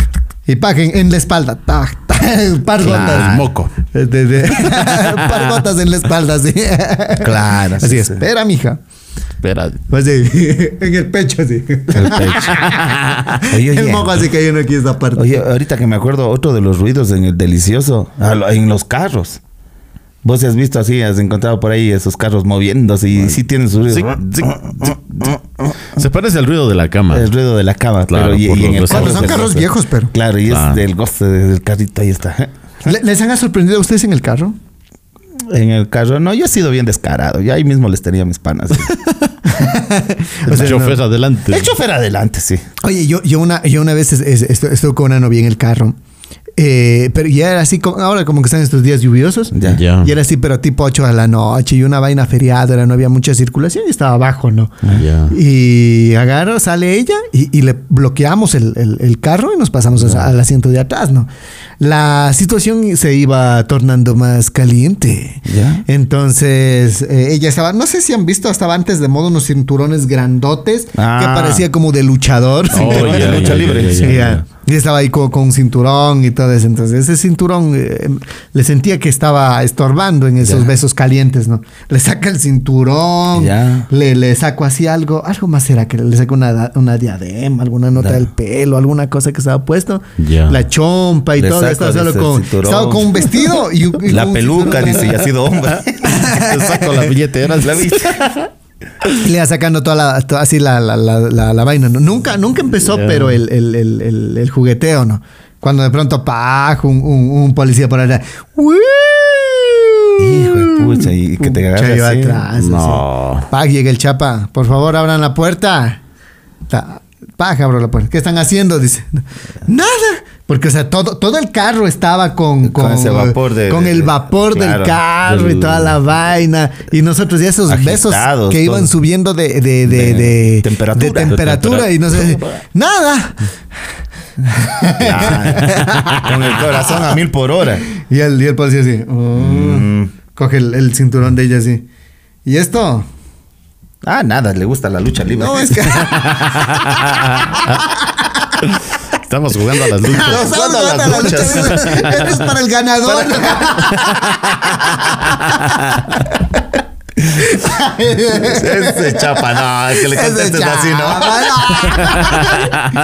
S2: Y pa, en, en la espalda. Pa, pa, par
S4: Claro,
S2: gotas.
S4: el moco.
S2: De- de- par gotas en la espalda, sí.
S3: Claro,
S2: Así
S3: sí,
S2: es.
S3: sí.
S2: Espera, mija.
S4: Espera.
S2: Así, en el pecho, así.
S3: El pecho. Oye,
S2: el
S3: oye.
S2: moco así cayendo aquí esta parte.
S3: Oye, ahorita que me acuerdo, otro de los ruidos en el delicioso, a lo- en los carros. Vos has visto así, has encontrado por ahí esos carros moviéndose y sí tienen Ah, su ruido.
S4: Sí, sí, sí. Se parece al ruido de la cama.
S3: El ruido de la cama,
S4: Claro,
S3: pero y,
S4: por
S3: y en
S4: los
S3: el
S4: vecinos.
S3: carro
S4: Son
S3: es el
S2: carros
S3: goce.
S2: viejos, pero.
S3: Claro, y
S4: Claro.
S3: es del goce del carrito, ahí está.
S2: ¿Le- ¿Les han sorprendido a ustedes en el carro?
S3: En el carro, no, yo he sido bien descarado. Yo ahí mismo les tenía mis panas. Pues
S4: El chofer adelante.
S3: El chofer adelante, sí.
S2: Oye, yo, yo, una, yo una vez es- es- estu- estuve con una novia en el carro. Eh, pero ya era así, como, ahora como que están estos días lluviosos.
S3: Ya.
S4: Ya.
S2: Y era así, pero tipo 8 de la noche y una vaina feriado, era, no había mucha circulación y estaba abajo, ¿no?
S4: Ah, Ya.
S2: Y agarro, sale ella y, y le bloqueamos el, el- el carro y nos pasamos a- al asiento de atrás, ¿no? La situación se iba tornando más caliente.
S3: Ya.
S2: Entonces, eh, ella estaba, no sé si han visto, estaba antes de moda unos cinturones grandotes que
S3: Ah.
S2: parecía como de luchador.
S4: Oh,
S3: Cinturón
S4: ya,
S3: de
S4: ya,
S3: lucha
S4: ya,
S3: libre.
S4: ya, ya,
S2: Sí,
S4: ya.
S2: ya. Y estaba ahí co- con, un cinturón y todo eso. Entonces, ese cinturón eh, le sentía que estaba estorbando en esos
S3: Ya.
S2: besos calientes, ¿no? Le saca el cinturón,
S3: Ya.
S2: le, le saco así algo, algo más será que le saco una, da- una diadema, alguna nota
S3: Ya.
S2: del pelo, alguna cosa que estaba puesto,
S4: Ya.
S2: la chompa y
S3: Le
S2: todo.
S3: saco,
S2: Estaba,
S3: dice,
S2: solo
S3: el
S2: con,
S3: cinturón.
S2: estaba con un vestido y, un- y
S3: La
S2: con un
S3: peluca,
S2: cinturón.
S3: dice, y ha sido hombre.
S4: Te saco las billeteras.
S3: La bicha.
S2: Y le iba sacando toda la, toda así la, la, la, la- la vaina. ¿no? Nunca, nunca empezó, pero el, el, el, el, el jugueteo, ¿no? Cuando de pronto, ¡paj! Un, un, un policía por allá. ¡Wiu!
S3: Hijo de pucha, y que te
S2: Pucha,
S3: agarre
S2: yo
S3: así.
S2: atrás,
S4: No.
S2: así. Paj, llega el chapa. Por favor, abran la puerta. Ta- Paj, abro la puerta. ¿Qué están haciendo? Dice. Nada. Porque, o sea, todo, todo el carro estaba con...
S3: Con
S2: Con,
S3: ese vapor de-
S2: Con
S3: de-
S2: el
S3: de-
S2: vapor del
S3: claro,
S2: carro y
S4: del-
S2: toda la vaina. Y nosotros, ya esos besos
S3: Agitados,
S2: que iban
S3: todo.
S2: subiendo de, de, de,
S3: De
S2: de-
S3: temperatura.
S2: de temperatura y no sé. ¡Nada!
S3: Claro. Con el corazón a Mm. mil por hora.
S2: Y el, y el policía así. oh, Coge el, el cinturón de ella así. ¿Y esto?
S3: Ah, nada, le gusta la lucha libre.
S2: No, es que.
S4: Estamos jugando a las
S2: Estamos
S4: luchas.
S2: jugando
S3: jugando a
S2: a
S3: las
S2: la lucha
S3: luchas.
S2: libre. Esto Este es para el ganador.
S3: Ese chapa, no, es que le
S2: Ese
S3: contestes así, ¿no?
S2: chava, no.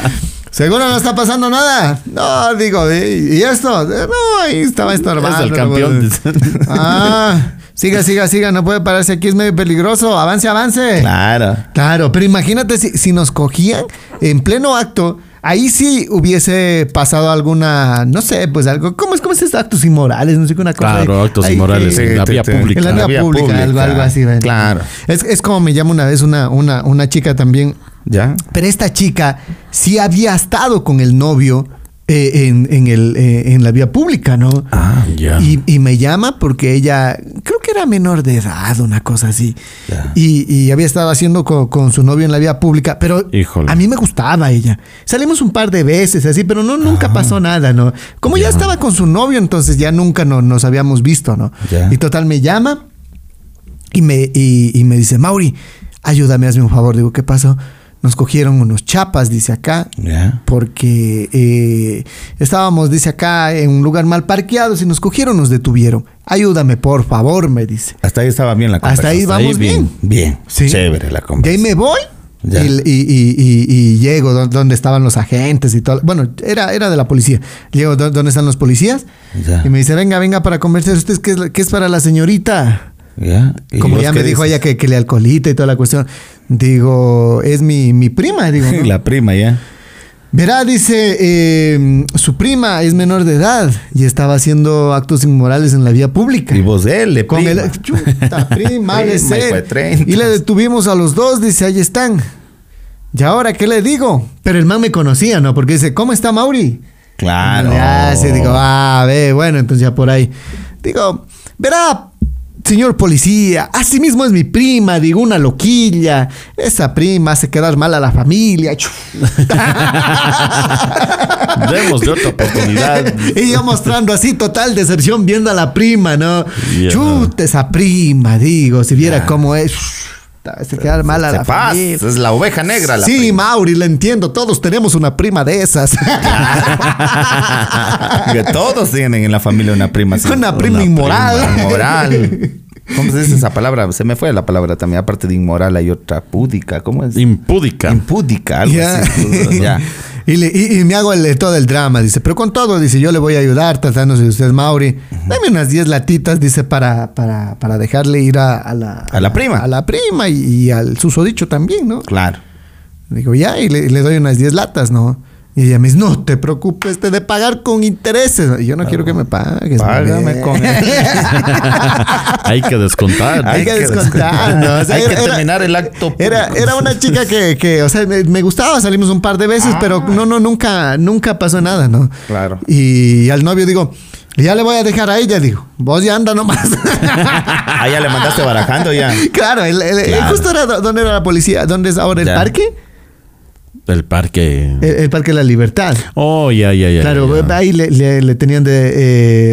S2: Seguro no está pasando nada. No, digo, ¿y y esto? No, ahí estaba estorbando.
S4: Es el
S2: no
S4: campeón.
S2: puedo. Ah, siga, siga, siga. No puede pararse aquí, es medio peligroso. Avance, avance.
S3: Claro.
S2: Claro, pero imagínate si, si nos cogían en pleno acto, ahí sí hubiese pasado alguna, no sé, pues algo, ¿cómo es, cómo es este actos inmorales? No sé qué una cosa.
S4: Claro,
S2: ahí-
S4: actos
S2: ahí
S4: inmorales
S2: que-
S4: en la
S3: te-
S4: vía
S3: te-
S4: pública.
S2: en la vía
S3: vía
S2: pública,
S3: pública,
S2: algo, algo así. ¿verdad?
S3: claro.
S2: Es, es como me llama una vez una, una, una chica también.
S3: ¿Ya?
S2: Pero esta chica sí había estado con el novio eh, en, en el, eh, en la vía pública, ¿no?
S4: Ah, ya.
S2: Y, y me llama porque ella, creo que era menor de edad, una cosa así.
S4: Ya.
S2: Y, y había estado haciendo co- con, su novio en la vía pública, pero
S4: Híjole.
S2: a mí me gustaba ella. Salimos un par de veces así, pero no,
S4: Ah.
S2: nunca pasó nada, ¿no? Como ya. estaba con su novio, entonces ya nunca no- nos habíamos visto, ¿no?
S3: Ya.
S2: Y total me llama y me, y, y me dice, Mauri, ayúdame, hazme un favor. Digo, ¿qué pasó? Nos cogieron unos chapas, dice acá,
S3: Ya.
S2: porque eh, estábamos, dice acá, en un lugar mal parqueado. Si nos cogieron, nos detuvieron. Ayúdame, por favor, me dice.
S3: Hasta ahí estaba bien la
S2: Hasta ahí
S3: conversación.
S2: vamos bien.
S3: Bien,
S2: Sí.
S3: chévere la
S2: De ahí
S3: conversación.
S2: me voy.
S3: Ya.
S2: Y, y- y- y- y llego don- donde estaban los agentes y todo. Bueno, era, era de la policía. Llego don- donde están los policías.
S3: Ya.
S2: Y me dice, venga, venga para conversar. ¿Usted qué es, la- qué es para la señorita?
S3: Ya. ¿Y
S2: Como
S3: vos
S2: ya
S3: qué
S2: me dijo
S3: dices?
S2: ella que, que le alcoholita y toda la cuestión. Digo, es mi, mi prima. Digo, ¿no?
S3: La prima, ya.
S2: Verá, dice, eh, su prima es menor de edad y estaba haciendo actos inmorales en la vía pública.
S3: Y vos, él, le
S2: Con
S3: prima.
S2: el chuta, prima, vale
S3: Prima,
S2: ser.
S3: hijo de treinta.
S2: Y le detuvimos a los dos, dice, ahí están. ¿Y ahora qué le digo? Pero el man me conocía, ¿no? Porque dice, ¿cómo está Mauri?
S3: Claro.
S2: Ya, sí, digo, ah, ve, bueno, entonces ya por ahí. Digo, verá, señor policía, así mismo es mi prima, digo, una loquilla. Esa prima hace quedar mal a la familia. Chu.
S4: Demos de otra oportunidad.
S2: y yo mostrando así total decepción viendo a la prima, ¿no?
S4: Ya.
S2: Chuta esa prima, digo, si viera cómo es. Se quedar mal a
S3: Se
S2: la
S3: pasa,
S2: familia.
S3: es la oveja negra la
S2: Sí,
S3: prima.
S2: Mauri, la entiendo. Todos tenemos una prima de esas.
S3: Que todos tienen en la familia una prima. así.
S2: Una prima inmoral.
S3: Inmoral. ¿Cómo se dice esa palabra? Se me fue la palabra también. Aparte de inmoral hay otra púdica. ¿Cómo es?
S4: Impúdica.
S3: Impúdica, algo
S2: Ya.
S3: así. Ya.
S2: Y, le- y- y me hago el, todo el drama, dice. Pero con todo, dice, yo le voy a ayudar tratándose de usted, Mauri. Dame unas 10 latitas, dice, para, para, para dejarle ir a, a la,
S3: A la prima.
S2: A la prima y, y al susodicho también, ¿no?
S3: Claro.
S2: Digo, ya, y le, y le doy unas 10 latas, ¿no? Y ella me dice, no te preocupes, te de pagar con intereses. Y yo no quiero que me pagues.
S3: Págame
S2: bebé.
S3: con
S4: Hay que descontar.
S2: Hay que
S3: Hay que
S2: descontar, ¿no? O sea,
S3: Hay que
S2: era-
S3: terminar el acto.
S2: Era,
S3: público.
S2: era una chica que, que, o sea, me, me gustaba, salimos un par de veces, pero no, no, nunca, nunca pasó nada, ¿no?
S3: Ah. Claro.
S2: Y al novio digo, ya le voy a dejar a ella, digo, vos ya anda nomás.
S3: Ah, ya le mandaste barajando ya.
S2: claro, el, el- el-
S3: Claro.
S2: justo era do- donde era la policía, donde es ahora el
S3: Ya.
S2: parque,
S4: El parque.
S2: el, el parque de la libertad.
S4: Oh, ya, ya, ya.
S2: Claro,
S4: ya.
S2: ahí le, le- le tenían de.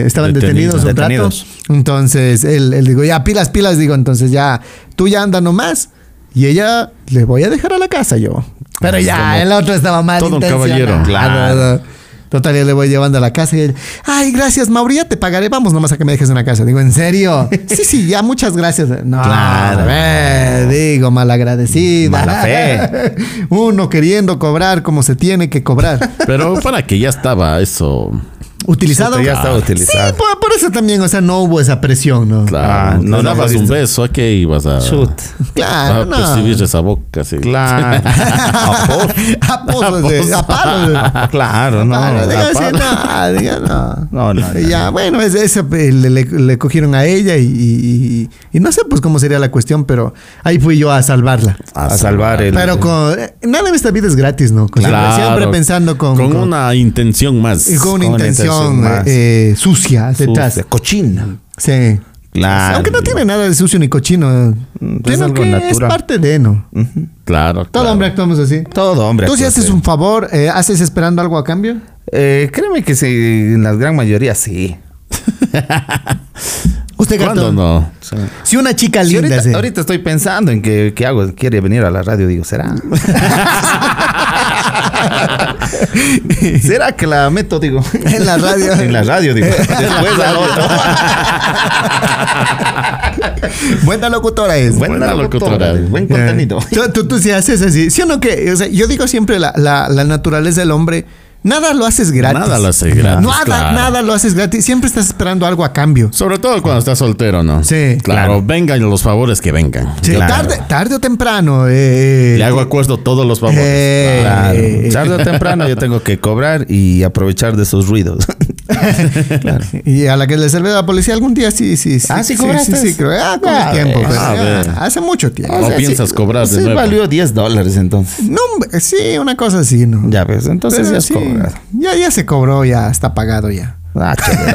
S2: eh, estaban
S4: Detenidos,
S2: detenidos, un
S3: detenidos.
S2: rato. Entonces él, él digo, ya pilas, pilas, digo, entonces ya tú ya anda nomás. Y ella le voy a dejar a la casa yo. Pero ya,
S4: Como
S2: el otro estaba mal.
S4: todo un
S2: intencionado.
S4: caballero.
S3: Claro.
S2: Total, yo le voy llevando a la casa y él, ay, gracias, Mauri, ya te pagaré, vamos nomás a que me dejes en la casa. Digo, ¿en serio? Sí, sí, ya, muchas gracias. No,
S3: Claro.
S2: a ver, digo, malagradecida.
S3: Mala fe.
S2: Uno queriendo cobrar como se tiene que cobrar.
S4: Pero para que ya estaba eso.
S2: ¿Utilizado?
S3: Este, Ya estaba
S2: Ah.
S3: utilizado.
S2: Sí, por, por eso también, o sea, no hubo esa presión, ¿no? Claro,
S3: Ah,
S4: Claro.
S3: no,
S4: no,
S3: no,
S4: dabas
S3: no,
S4: un
S3: no.
S4: beso. ¿A qué ibas a. a
S3: Ah,
S2: Ah,
S3: pues
S2: no.
S4: percibir pues esa boca? Sí.
S3: Claro.
S2: A pozos de- a palos de- a
S3: Claro, no.
S2: palos, diga,
S3: la
S2: sí,
S3: par-
S2: no, diga, no.
S3: No, no, no.
S2: Y Ya, bueno, es- ese, eh, le, le- le cogieron a ella y, y- y- y no sé pues cómo sería la cuestión, pero ahí fui yo a salvarla.
S3: A salvar el.
S2: Pero con, eh, nada en esta vida es gratis, ¿no? Con- siempre-
S4: Claro.
S2: siempre pensando con,
S4: Con una intención más.
S2: y con una
S3: con una
S2: intención
S3: intención más.
S2: eh, sucia detrás.
S3: Sucia, cochina.
S2: Sí.
S3: Claro.
S2: Aunque no tiene nada de sucio ni cochino.
S3: Mm, Ah, es
S2: Tiene
S3: algo
S2: que es
S3: natural.
S2: parte de, ¿no?
S4: Claro.
S2: Todo
S4: claro.
S2: hombre actuamos así.
S3: Todo, hombre. pues,
S2: Tú si
S3: actúa
S2: haces
S3: así.
S2: un favor, eh, ¿haces esperando algo a cambio?
S3: Eh, créeme que sí, en la gran mayoría sí.
S2: Usted
S4: ¿Cuándo
S2: Gastón,
S4: no?
S2: Si una chica
S3: Sí,
S2: linda.
S3: ahorita,
S2: se-
S3: ahorita estoy pensando en que, qué hago. Quiere venir a la radio, digo, ¿será? ¿Será que la meto, digo?
S2: En la radio.
S3: en la radio, digo. Después al otro.
S2: Buena locutora es.
S3: Buena locutora,
S4: locutora.
S3: buen contenido.
S2: Tú, tú, tú sí haces así. ¿Sí o no que? O sea, yo digo siempre la, la- la naturaleza del hombre. Nada lo haces gratis.
S4: Nada lo haces gratis,
S2: Nada,
S4: claro.
S2: nada lo haces gratis. Siempre estás esperando algo a cambio.
S4: Sobre todo cuando estás soltero, ¿no?
S2: Sí,
S4: Claro, vengan los favores que vengan.
S2: Sí,
S4: Claro.
S2: tarde, tarde o temprano. eh,
S4: Le hago acuerdo todos los favores.
S2: Eh,
S4: Claro.
S2: eh,
S3: Tarde o temprano yo tengo que cobrar y aprovechar de esos ruidos.
S2: Y a la que le sirve la policía algún día sí, sí, sí.
S3: Ah, ¿sí cobraste?
S2: Sí, sí, creo. Ah, con
S3: A
S2: el tiempo.
S3: ver,
S2: pero,
S4: a
S2: ah,
S4: ver.
S2: hace mucho tiempo.
S3: Oh.
S4: No piensas cobrar de
S3: sí
S4: nuevo.
S3: valió 10 dólares entonces.
S2: No, hombre, sí, una cosa así, ¿no?
S3: Ya ves, entonces
S2: Pero
S3: ya has
S2: sí,
S3: cobrado.
S2: Ya, ya se cobró, ya está pagado ya.
S3: Ah, chévere.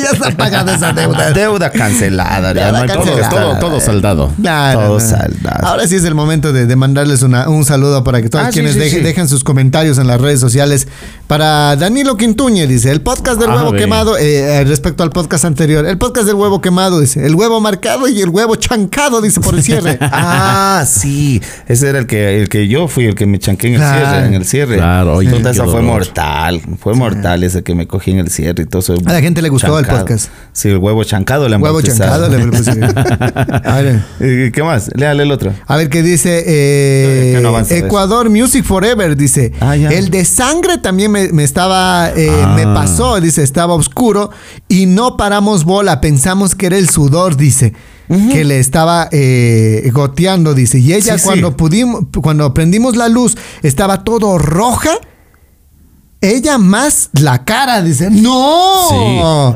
S2: ya está pagada esa deuda.
S3: Deuda cancelada. ya
S2: Deuda
S3: no hay
S4: Todo,
S2: cancelada.
S4: todo,
S3: protesta.
S4: todo saldado.
S2: Claro, no.
S3: Todo saldado.
S2: Ahora sí es el momento de, de mandarles una- un saludo para que todos
S3: Ah, sí,
S2: quienes
S3: sí,
S2: dejen,
S3: sí.
S2: dejan sus comentarios en las redes sociales. Para Danilo Quintuñe, dice, el podcast del
S4: Ah,
S2: huevo
S4: ve.
S2: quemado, eh, eh, respecto al podcast anterior, el podcast del huevo quemado, dice, el huevo marcado y el huevo chancado, dice, por el cierre.
S3: Ah, sí. Ese era el que, el que yo fui, el que me chanqué en el
S2: Claro.
S3: cierre. En el cierre.
S4: Claro, oye,
S3: Puta,
S4: qué
S3: esa fue
S4: dolor.
S3: mortal. Fue mortal ese que me cogí en el cierre y todo eso.
S2: A la gente le gustó el
S3: Chancado.
S2: podcast.
S3: Sí, el huevo chancado le han
S2: huevo chancado,
S3: bautizado.
S2: le pusieron. A ver.
S3: Eh, ¿Qué más? Léale el otro.
S2: A ver qué dice
S3: Eh,
S2: eh,
S3: que no avanza de
S2: Ecuador Music Forever, dice.
S3: Ah, ya. Ah.
S2: el de sangre también me, me estaba, eh, me pasó, dice, estaba oscuro y no paramos bola, pensamos que era el sudor, dice. Que le estaba eh, goteando, dice. Y ella
S3: Sí, sí.
S2: cuando pudimos, cuando prendimos la luz, estaba todo roja. Ella más la cara, dice. ¡No!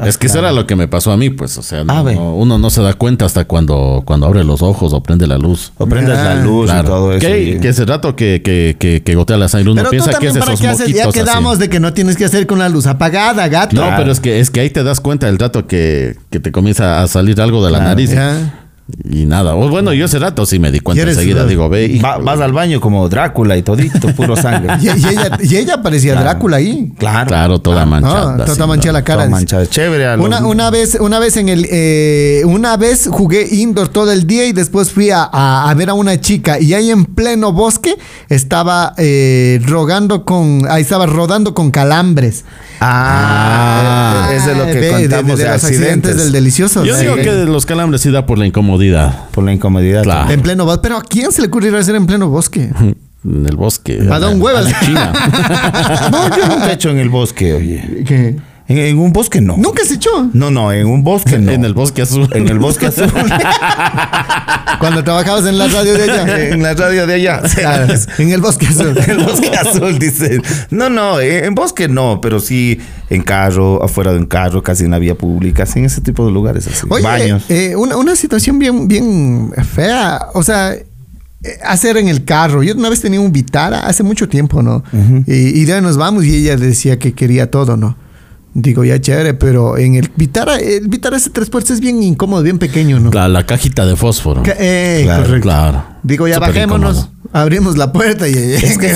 S4: Sí, es que eso era lo que me pasó a mí, pues, o sea, no-
S3: A ver.
S4: no- uno no se da cuenta hasta cuando, cuando abre los ojos o prende la luz.
S3: O prendas
S2: Ah,
S3: la luz
S4: Claro.
S3: y todo eso.
S4: Que-
S3: y-
S4: Que ese rato que, que, que, que gotea la sangre, uno
S2: Pero tú
S4: Pues piensa que
S2: también,
S4: es de
S2: ¿para
S4: esos
S2: qué haces?
S4: moquitos
S2: Ya
S4: así.
S2: quedamos de que no tienes que hacer con la luz apagada, gato.
S4: No,
S3: Claro.
S4: pero es que, es que ahí te das cuenta el rato que, que te comienza a salir algo de la nariz.
S2: Ya.
S4: Y nada. O bueno, yo ese rato sí me di cuenta
S2: ¿Quieres
S4: enseguida.
S2: sudar?
S4: Digo, ve. hijo,
S3: Va- vas al baño como Drácula y todito, puro sangre.
S2: Y, y ella, y ella parecía Drácula ahí.
S3: Claro.
S4: claro, toda manchada.
S2: Ah,
S4: así,
S2: toda
S4: ¿no?
S2: manchada la cara.
S3: Todo manchado. Chévere. a los-
S2: Una, una vez, una vez en el, eh, una vez jugué indoor todo el día y después fui a, a- a ver a una chica y ahí en pleno bosque estaba eh, rogando con, ahí estaba rodando con calambres.
S3: Ah, es de lo que
S2: Ve,
S3: contamos de,
S2: los
S3: accidentes.
S2: del delicioso.
S4: Yo
S2: Sí.
S4: digo que de los calambres sí da por la incomodidad.
S3: Por la incomodidad.
S4: Claro.
S2: En pleno bosque, pero ¿a quién se le ocurriría hacer en pleno bosque?
S4: En el bosque.
S2: Va a dar un huevo.
S4: A la China.
S3: No, yo nunca he hecho en el bosque, oye.
S2: ¿Qué?
S3: En, en un bosque no.
S2: Nunca se echó.
S3: No, no, en un bosque no.
S4: En el bosque azul.
S3: En el bosque azul.
S2: Cuando trabajabas en la radio de allá.
S3: en la radio de allá.
S2: Claro, en el bosque azul.
S3: En el bosque azul, dice. No, no, en en bosque no, pero sí en carro, afuera de un carro, casi en la vía pública, así en ese tipo de lugares. Así.
S2: Oye,
S3: Baños.
S2: eh, una, una situación bien, bien fea. O sea, eh, hacer en el carro. Yo una vez tenía un Vitara hace mucho tiempo, ¿no? y, y ya nos vamos y ella decía que quería todo, ¿no? Digo, ya chévere, pero en el Vitara, el Vitara ese tres puertas es bien incómodo, bien pequeño, ¿no?
S4: La, la cajita de fósforo.
S2: Que- eh,
S3: Claro,
S2: correcto.
S4: Claro.
S2: Digo, ya
S4: Súper
S2: bajémonos,
S4: incómodo.
S2: abrimos la puerta y es que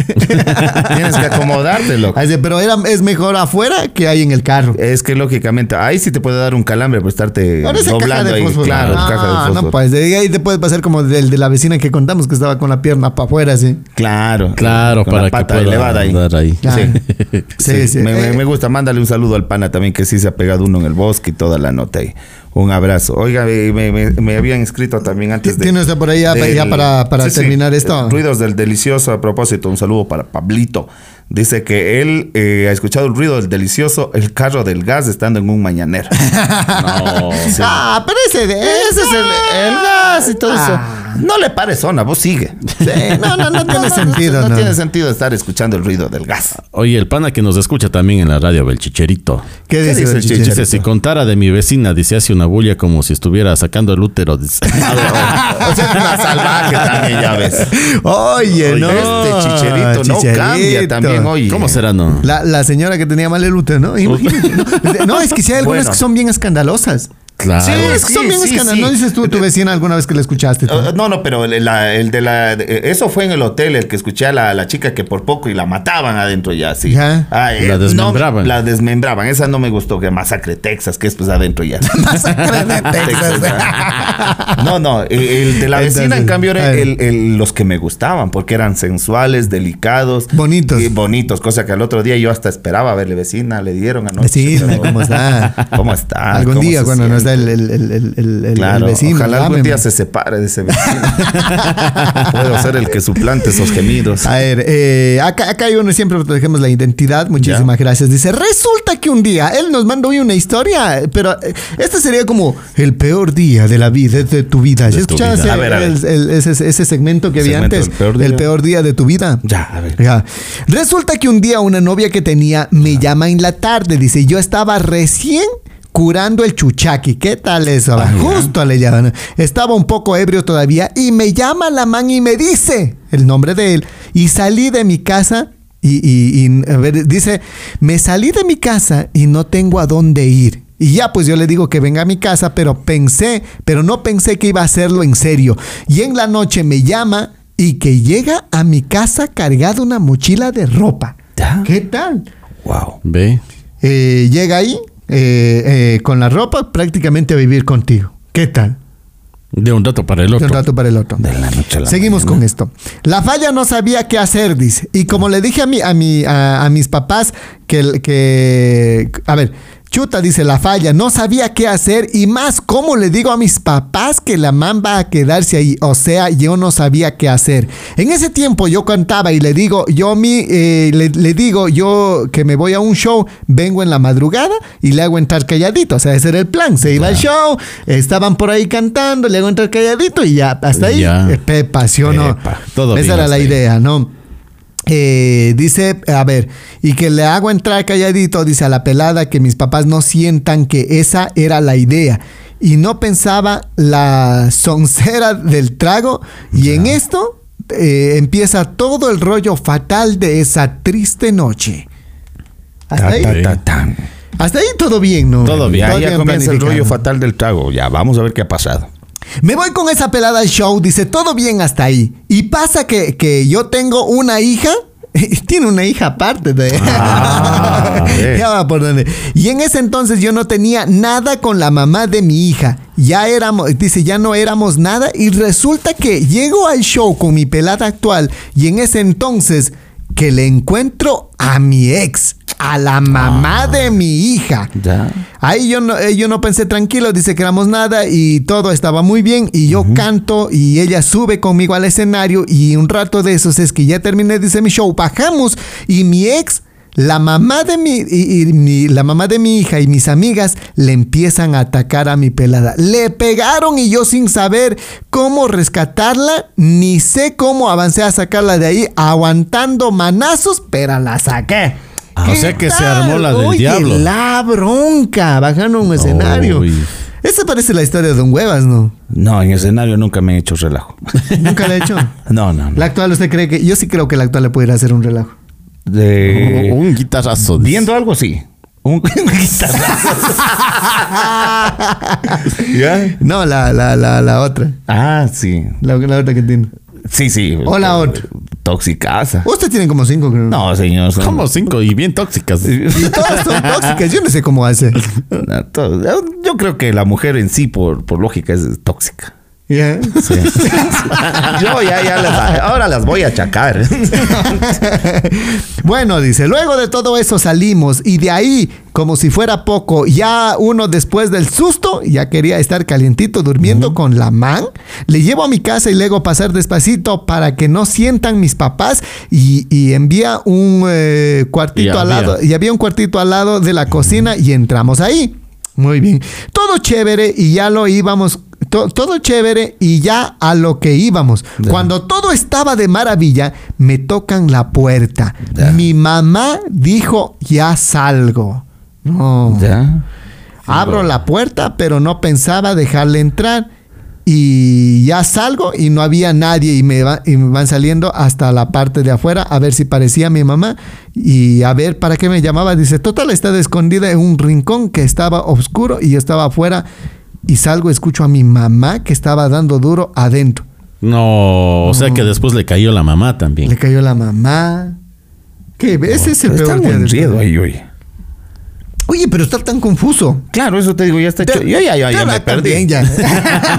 S3: Tienes que acomodarte, loco. Eh,
S2: pero era, es mejor afuera que hay en el carro.
S3: Es que lógicamente, ahí sí te puede dar un calambre por estarte
S2: Ahora esa caja
S3: doblando
S2: de
S3: ahí.
S2: fósforo.
S3: Claro,
S2: no,
S3: caja de fósforo.
S2: no, pues de ahí te puede pasar como del de la vecina que contamos que estaba con la pierna para afuera, sí.
S3: Claro.
S4: Claro,
S3: Con
S4: para
S3: la
S4: que
S3: pata
S4: pueda
S3: elevada ahí.
S4: andar ahí.
S2: Claro.
S3: Sí.
S2: Sí, sí.
S3: Me, me-
S2: Eh.
S3: me gusta. Mándale un saludo al pana también, que sí se ha pegado uno en el bosque y toda la nota ahí. Un abrazo. Oiga, eh, me, me- me- me habían inscrito también antes de.
S2: ¿Tiene usted por ahí ya- ya para- para terminar esto?
S3: Eh, Ruidos del delicioso, a propósito, un saludo para Pablito. Dice que él eh, ha escuchado el ruido del delicioso, el carro del gas estando en un mañanero.
S4: No.
S2: Ah, pero ese de
S3: Ese es el, el gas y todo eso. No le pares zona, vos sigue.
S2: Sí, no, Ah. no, no tiene sentido,
S3: No,
S2: no.
S3: tiene sentido estar escuchando el ruido del gas.
S4: Oye, el pana que nos escucha también en la radio, Belchicherito.
S2: ¿Qué dice,
S3: dice
S2: don
S3: el
S2: Chiche?
S3: Chiche?
S4: Dice, si contara de mi vecina, dice, hace una bulla como si estuviera sacando el útero. dice.
S3: O sea, es una salvaje también, ya ves.
S2: Oye,
S3: Oye,
S2: no.
S3: este chicherito, no cambia
S2: Chicherito.
S3: también, oye.
S4: ¿Cómo será, no?
S2: La, la señora que tenía mal el útero, ¿no? Imagínate. No, es que sí hay algunas
S3: Bueno.
S2: que son bien escandalosas.
S4: Claro.
S2: Sí, es que son
S3: Sí,
S2: bien
S3: sí, Eh,
S2: escándalos.
S3: sí.
S2: ¿No dices tú tu vecina alguna vez que la escuchaste? tú?
S3: Ah, No, no, pero el, la- el de la. eh, Eso fue en el hotel, el que escuché a la, la chica que por poco y la mataban adentro ya, sí.
S2: Ya.
S3: Ah, eh,
S4: La desmembraban.
S3: no, la desmembraban. Esa no me gustó, que masacre Texas, que es pues adentro ya.
S2: Masacre de Texas.
S3: no, no, el, el de la vecina,
S2: Entonces,
S3: en cambio,
S2: a
S3: eran
S2: ver.
S3: el- el- los que me gustaban, porque eran sensuales, delicados.
S2: Bonitos.
S3: Y bonitos, cosa que al otro día yo hasta esperaba verle vecina, le dieron anoche.
S2: Decime
S3: pero-
S2: cómo está.
S3: ¿Cómo está?
S2: Algún
S3: ¿Cómo
S2: día
S3: se
S2: cuando no
S3: siente?
S2: está el, el, el, el, el- el
S3: Claro,
S2: vecino.
S3: ojalá algún
S2: llámeme.
S3: día se separe de ese vecino. Puedo ser el que suplante esos gemidos.
S2: A ver, eh, acá, acá hay uno, siempre protegemos la identidad. Muchísimas gracias. Dice, resulta que un día él nos mandó hoy una historia, pero eh, este sería como el peor día de la vida, de tu vida. ¿Ya
S4: De tu
S2: escuchabas
S4: vida.
S2: eh,
S3: A ver, a ver.
S2: el- el- ese, ese segmento que había
S3: Segmento,
S2: antes?
S3: el peor día.
S2: el peor día de tu vida.
S3: Ya, a ver.
S2: Ya. Resulta que un día una novia que tenía me llama en la tarde. Dice, yo estaba recién curando el chuchaqui. ¿Qué tal eso? Justo le llaman. Estaba un poco ebrio todavía y me llama la man y me dice el nombre de él. Y salí de mi casa y, y- y, a ver, dice, me salí de mi casa y no tengo a dónde ir. Y ya pues yo le digo que venga a mi casa, pero pensé, pero no pensé que iba a hacerlo en serio. Y en la noche me llama y que llega a mi casa cargada una mochila de ropa.
S3: Ya.
S2: ¿Qué tal?
S3: Wow.
S4: Ve.
S2: Eh, llega ahí eh, eh, con la ropa prácticamente a vivir contigo. ¿Qué tal?
S4: De un rato para el
S2: De
S4: otro.
S2: un rato para el otro. Seguimos con esto. La falla no sabía qué hacer, dice. Y como le dije a, mi, a, mi, a, a mis papás que, el- que... A ver, chuta, dice la falla, no sabía qué hacer y más, ¿cómo le digo a mis papás que la man va a quedarse ahí? O sea, yo no sabía qué hacer. En ese tiempo yo cantaba y le digo, yo mi, eh, le, le digo yo que me voy a un show, vengo en la madrugada y le hago entrar calladito. O sea, ese era el plan. Se iba al show, estaban por ahí cantando, le hago entrar calladito y ya, hasta ahí.
S4: Ya.
S2: eh, Pepa, ¿sí o no?
S4: Pepa, todo
S2: Esa
S4: bien
S2: era la
S4: hasta ahí.
S2: idea, ¿no? Eh, dice, a ver, y que le hago entrar calladito, dice a la pelada, que mis papás no sientan que esa era la idea. Y no pensaba la soncera del trago. Y en esto eh, empieza todo el rollo fatal de esa triste noche. Hasta ahí,
S4: ta, ta,
S2: hasta ahí todo bien, ¿no?
S4: Todo bien.
S3: Ya,
S2: Todo
S3: ya
S2: bien
S3: comienza el rollo
S2: planificado.
S3: fatal del trago. Ya, vamos a ver qué ha pasado.
S2: Me voy con esa pelada al show, dice, todo bien hasta ahí. Y pasa que, que yo tengo una hija. Tiene una hija aparte de...
S3: Ah, eh.
S2: ya va por donde. Y en ese entonces yo no tenía nada con la mamá de mi hija. Ya éramos, dice, ya no éramos nada. Y resulta que llego al show con mi pelada actual. Y en ese entonces que le encuentro a mi ex, a la mamá de mi hija.
S3: Ah, Ya.
S2: Ahí yo no, eh, yo no pensé tranquilo, dice que éramos nada y todo estaba muy bien y yo canto y ella sube conmigo al escenario y un rato de esos es que ya terminé, dice mi show, bajamos y mi ex, la mamá de mi, y- y mi- la mamá de mi hija y mis amigas le empiezan a atacar a mi pelada. Le pegaron y yo sin saber cómo rescatarla, ni sé cómo avancé a sacarla de ahí, aguantando manazos, pero la saqué.
S4: Ah, o sea que se armó la del
S2: Oye,
S4: diablo.
S2: La bronca, bajando un escenario.
S4: Uy.
S2: Esa parece la historia de Don Huevas, ¿no?
S3: No, en escenario nunca me he hecho relajo.
S2: Nunca la he hecho.
S3: No, no, no.
S2: La actual, ¿usted cree que.? Yo sí creo que la actual le pudiera hacer un relajo. Oh.
S3: De-
S4: un guitarrazo. dice.
S3: Viendo algo, sí. Un, una guitarra. ¿Ya?
S2: No, la, la, la, la otra.
S3: Ah, sí.
S2: La, la otra que tiene.
S3: Sí, sí. Eh,
S2: O la otra.
S3: Toxicasa.
S2: Usted tiene como cinco, creo.
S3: No, señor. son-
S4: Como cinco y bien tóxicas.
S3: Eh,
S2: Y todas son tóxicas. Yo no sé cómo hace.
S3: No, todo- Yo creo que la mujer en sí, por, por lógica, es tóxica.
S2: Ya.
S3: Yo ya, ya las, ahora las voy a achacar.
S2: Bueno, dice, luego de todo eso salimos y de ahí, como si fuera poco, ya uno después del susto, ya quería estar calientito durmiendo con la man, le llevo a mi casa y le hago pasar despacito para que no sientan mis papás y, y envía un eh, cuartito
S4: Y
S2: al
S4: había.
S2: lado, y había un cuartito al lado de la cocina y entramos ahí. Muy bien. Todo chévere y ya lo íbamos. to- todo chévere y ya a lo que íbamos. Cuando todo estaba de maravilla, me tocan la puerta. Mi mamá dijo, ya salgo. No.
S3: ¿Ya?
S2: Abro la puerta, pero no pensaba dejarle entrar. Y ya salgo y no había nadie y me, va- y me van saliendo hasta la parte de afuera a ver si parecía mi mamá y a ver para qué me llamaba. Dice, total, estaba escondida en un rincón que estaba oscuro y yo estaba afuera y salgo, escucho a mi mamá que estaba dando duro adentro.
S4: No, o sea que después le cayó la mamá también.
S2: Mm. Le cayó la mamá. ¿Qué? Ese es el peor día del-
S3: miedo ahí, oye.
S2: Oye, pero está tan confuso.
S3: Claro, eso te digo, ya está
S2: Te-
S3: hecho. Ya, ya, ya,
S2: te
S3: ya
S2: habla
S3: me perdí.
S2: también, ya.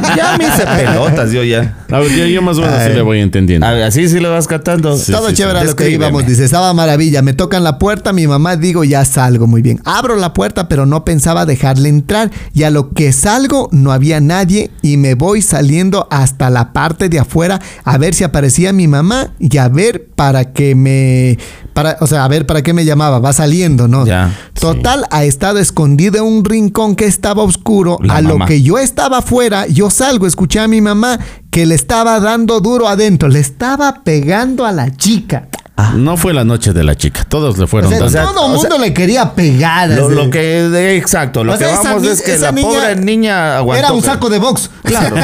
S3: ya me hice pelotas, yo ya.
S4: A ver, yo, yo más o menos sí
S3: Ay.
S4: le voy entendiendo.
S3: A ver, así sí lo vas cantando.
S4: Sí,
S2: Todo chévere a lo que
S3: Descríbeme.
S2: íbamos, dice, estaba maravilla, me tocan la puerta, mi mamá digo, ya salgo, muy bien. Abro la puerta, pero no pensaba dejarle entrar, y a lo que salgo no había nadie y me voy saliendo hasta la parte de afuera a ver si aparecía mi mamá y a ver para qué me para, o sea, a ver para qué me llamaba, va saliendo, ¿no?
S3: Ya,
S2: Total ha estado escondido en un rincón que estaba oscuro,
S3: La
S2: a lo
S3: mamá.
S2: que yo estaba afuera, yo salgo, escuché a mi mamá que le estaba dando duro adentro, le estaba pegando a la chica.
S4: No fue la noche de la chica, todos le
S2: O
S4: fueron
S2: sea,
S4: dando.
S3: sea,
S2: todo
S3: o
S2: el mundo le quería pegar.
S3: Lo,
S2: así.
S3: lo que, de- exacto, lo
S2: O
S3: que
S2: sea, esa
S3: vamos
S2: ni-
S3: es que
S2: esa
S3: la
S2: niña
S3: pobre niña aguantó.
S2: Era un saco de box. Claro.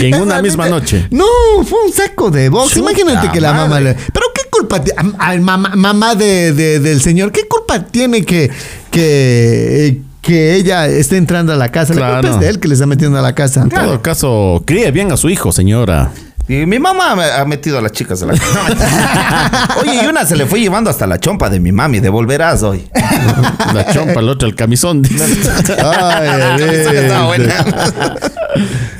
S4: Y en una misma noche.
S2: No, fue un saco de box.
S3: Chuta
S2: Imagínate que la mamá
S3: madre.
S2: le. Pero qué culpa tiene. Mamá, mamá de- de- del señor, ¿qué culpa tiene que. que eh, que ella esté entrando a la casa. La
S4: Claro.
S2: culpa es de él que le está metiendo a la casa.
S4: En todo caso, críe bien a su hijo, señora.
S3: Y mi mamá me- ha metido a las chicas a la Oye, y una se le fue llevando hasta la chompa de mi mami, devolverás hoy.
S4: La chompa, el otro, el camisón. dice.
S2: Ay, a ver.
S3: Esa estaba buena.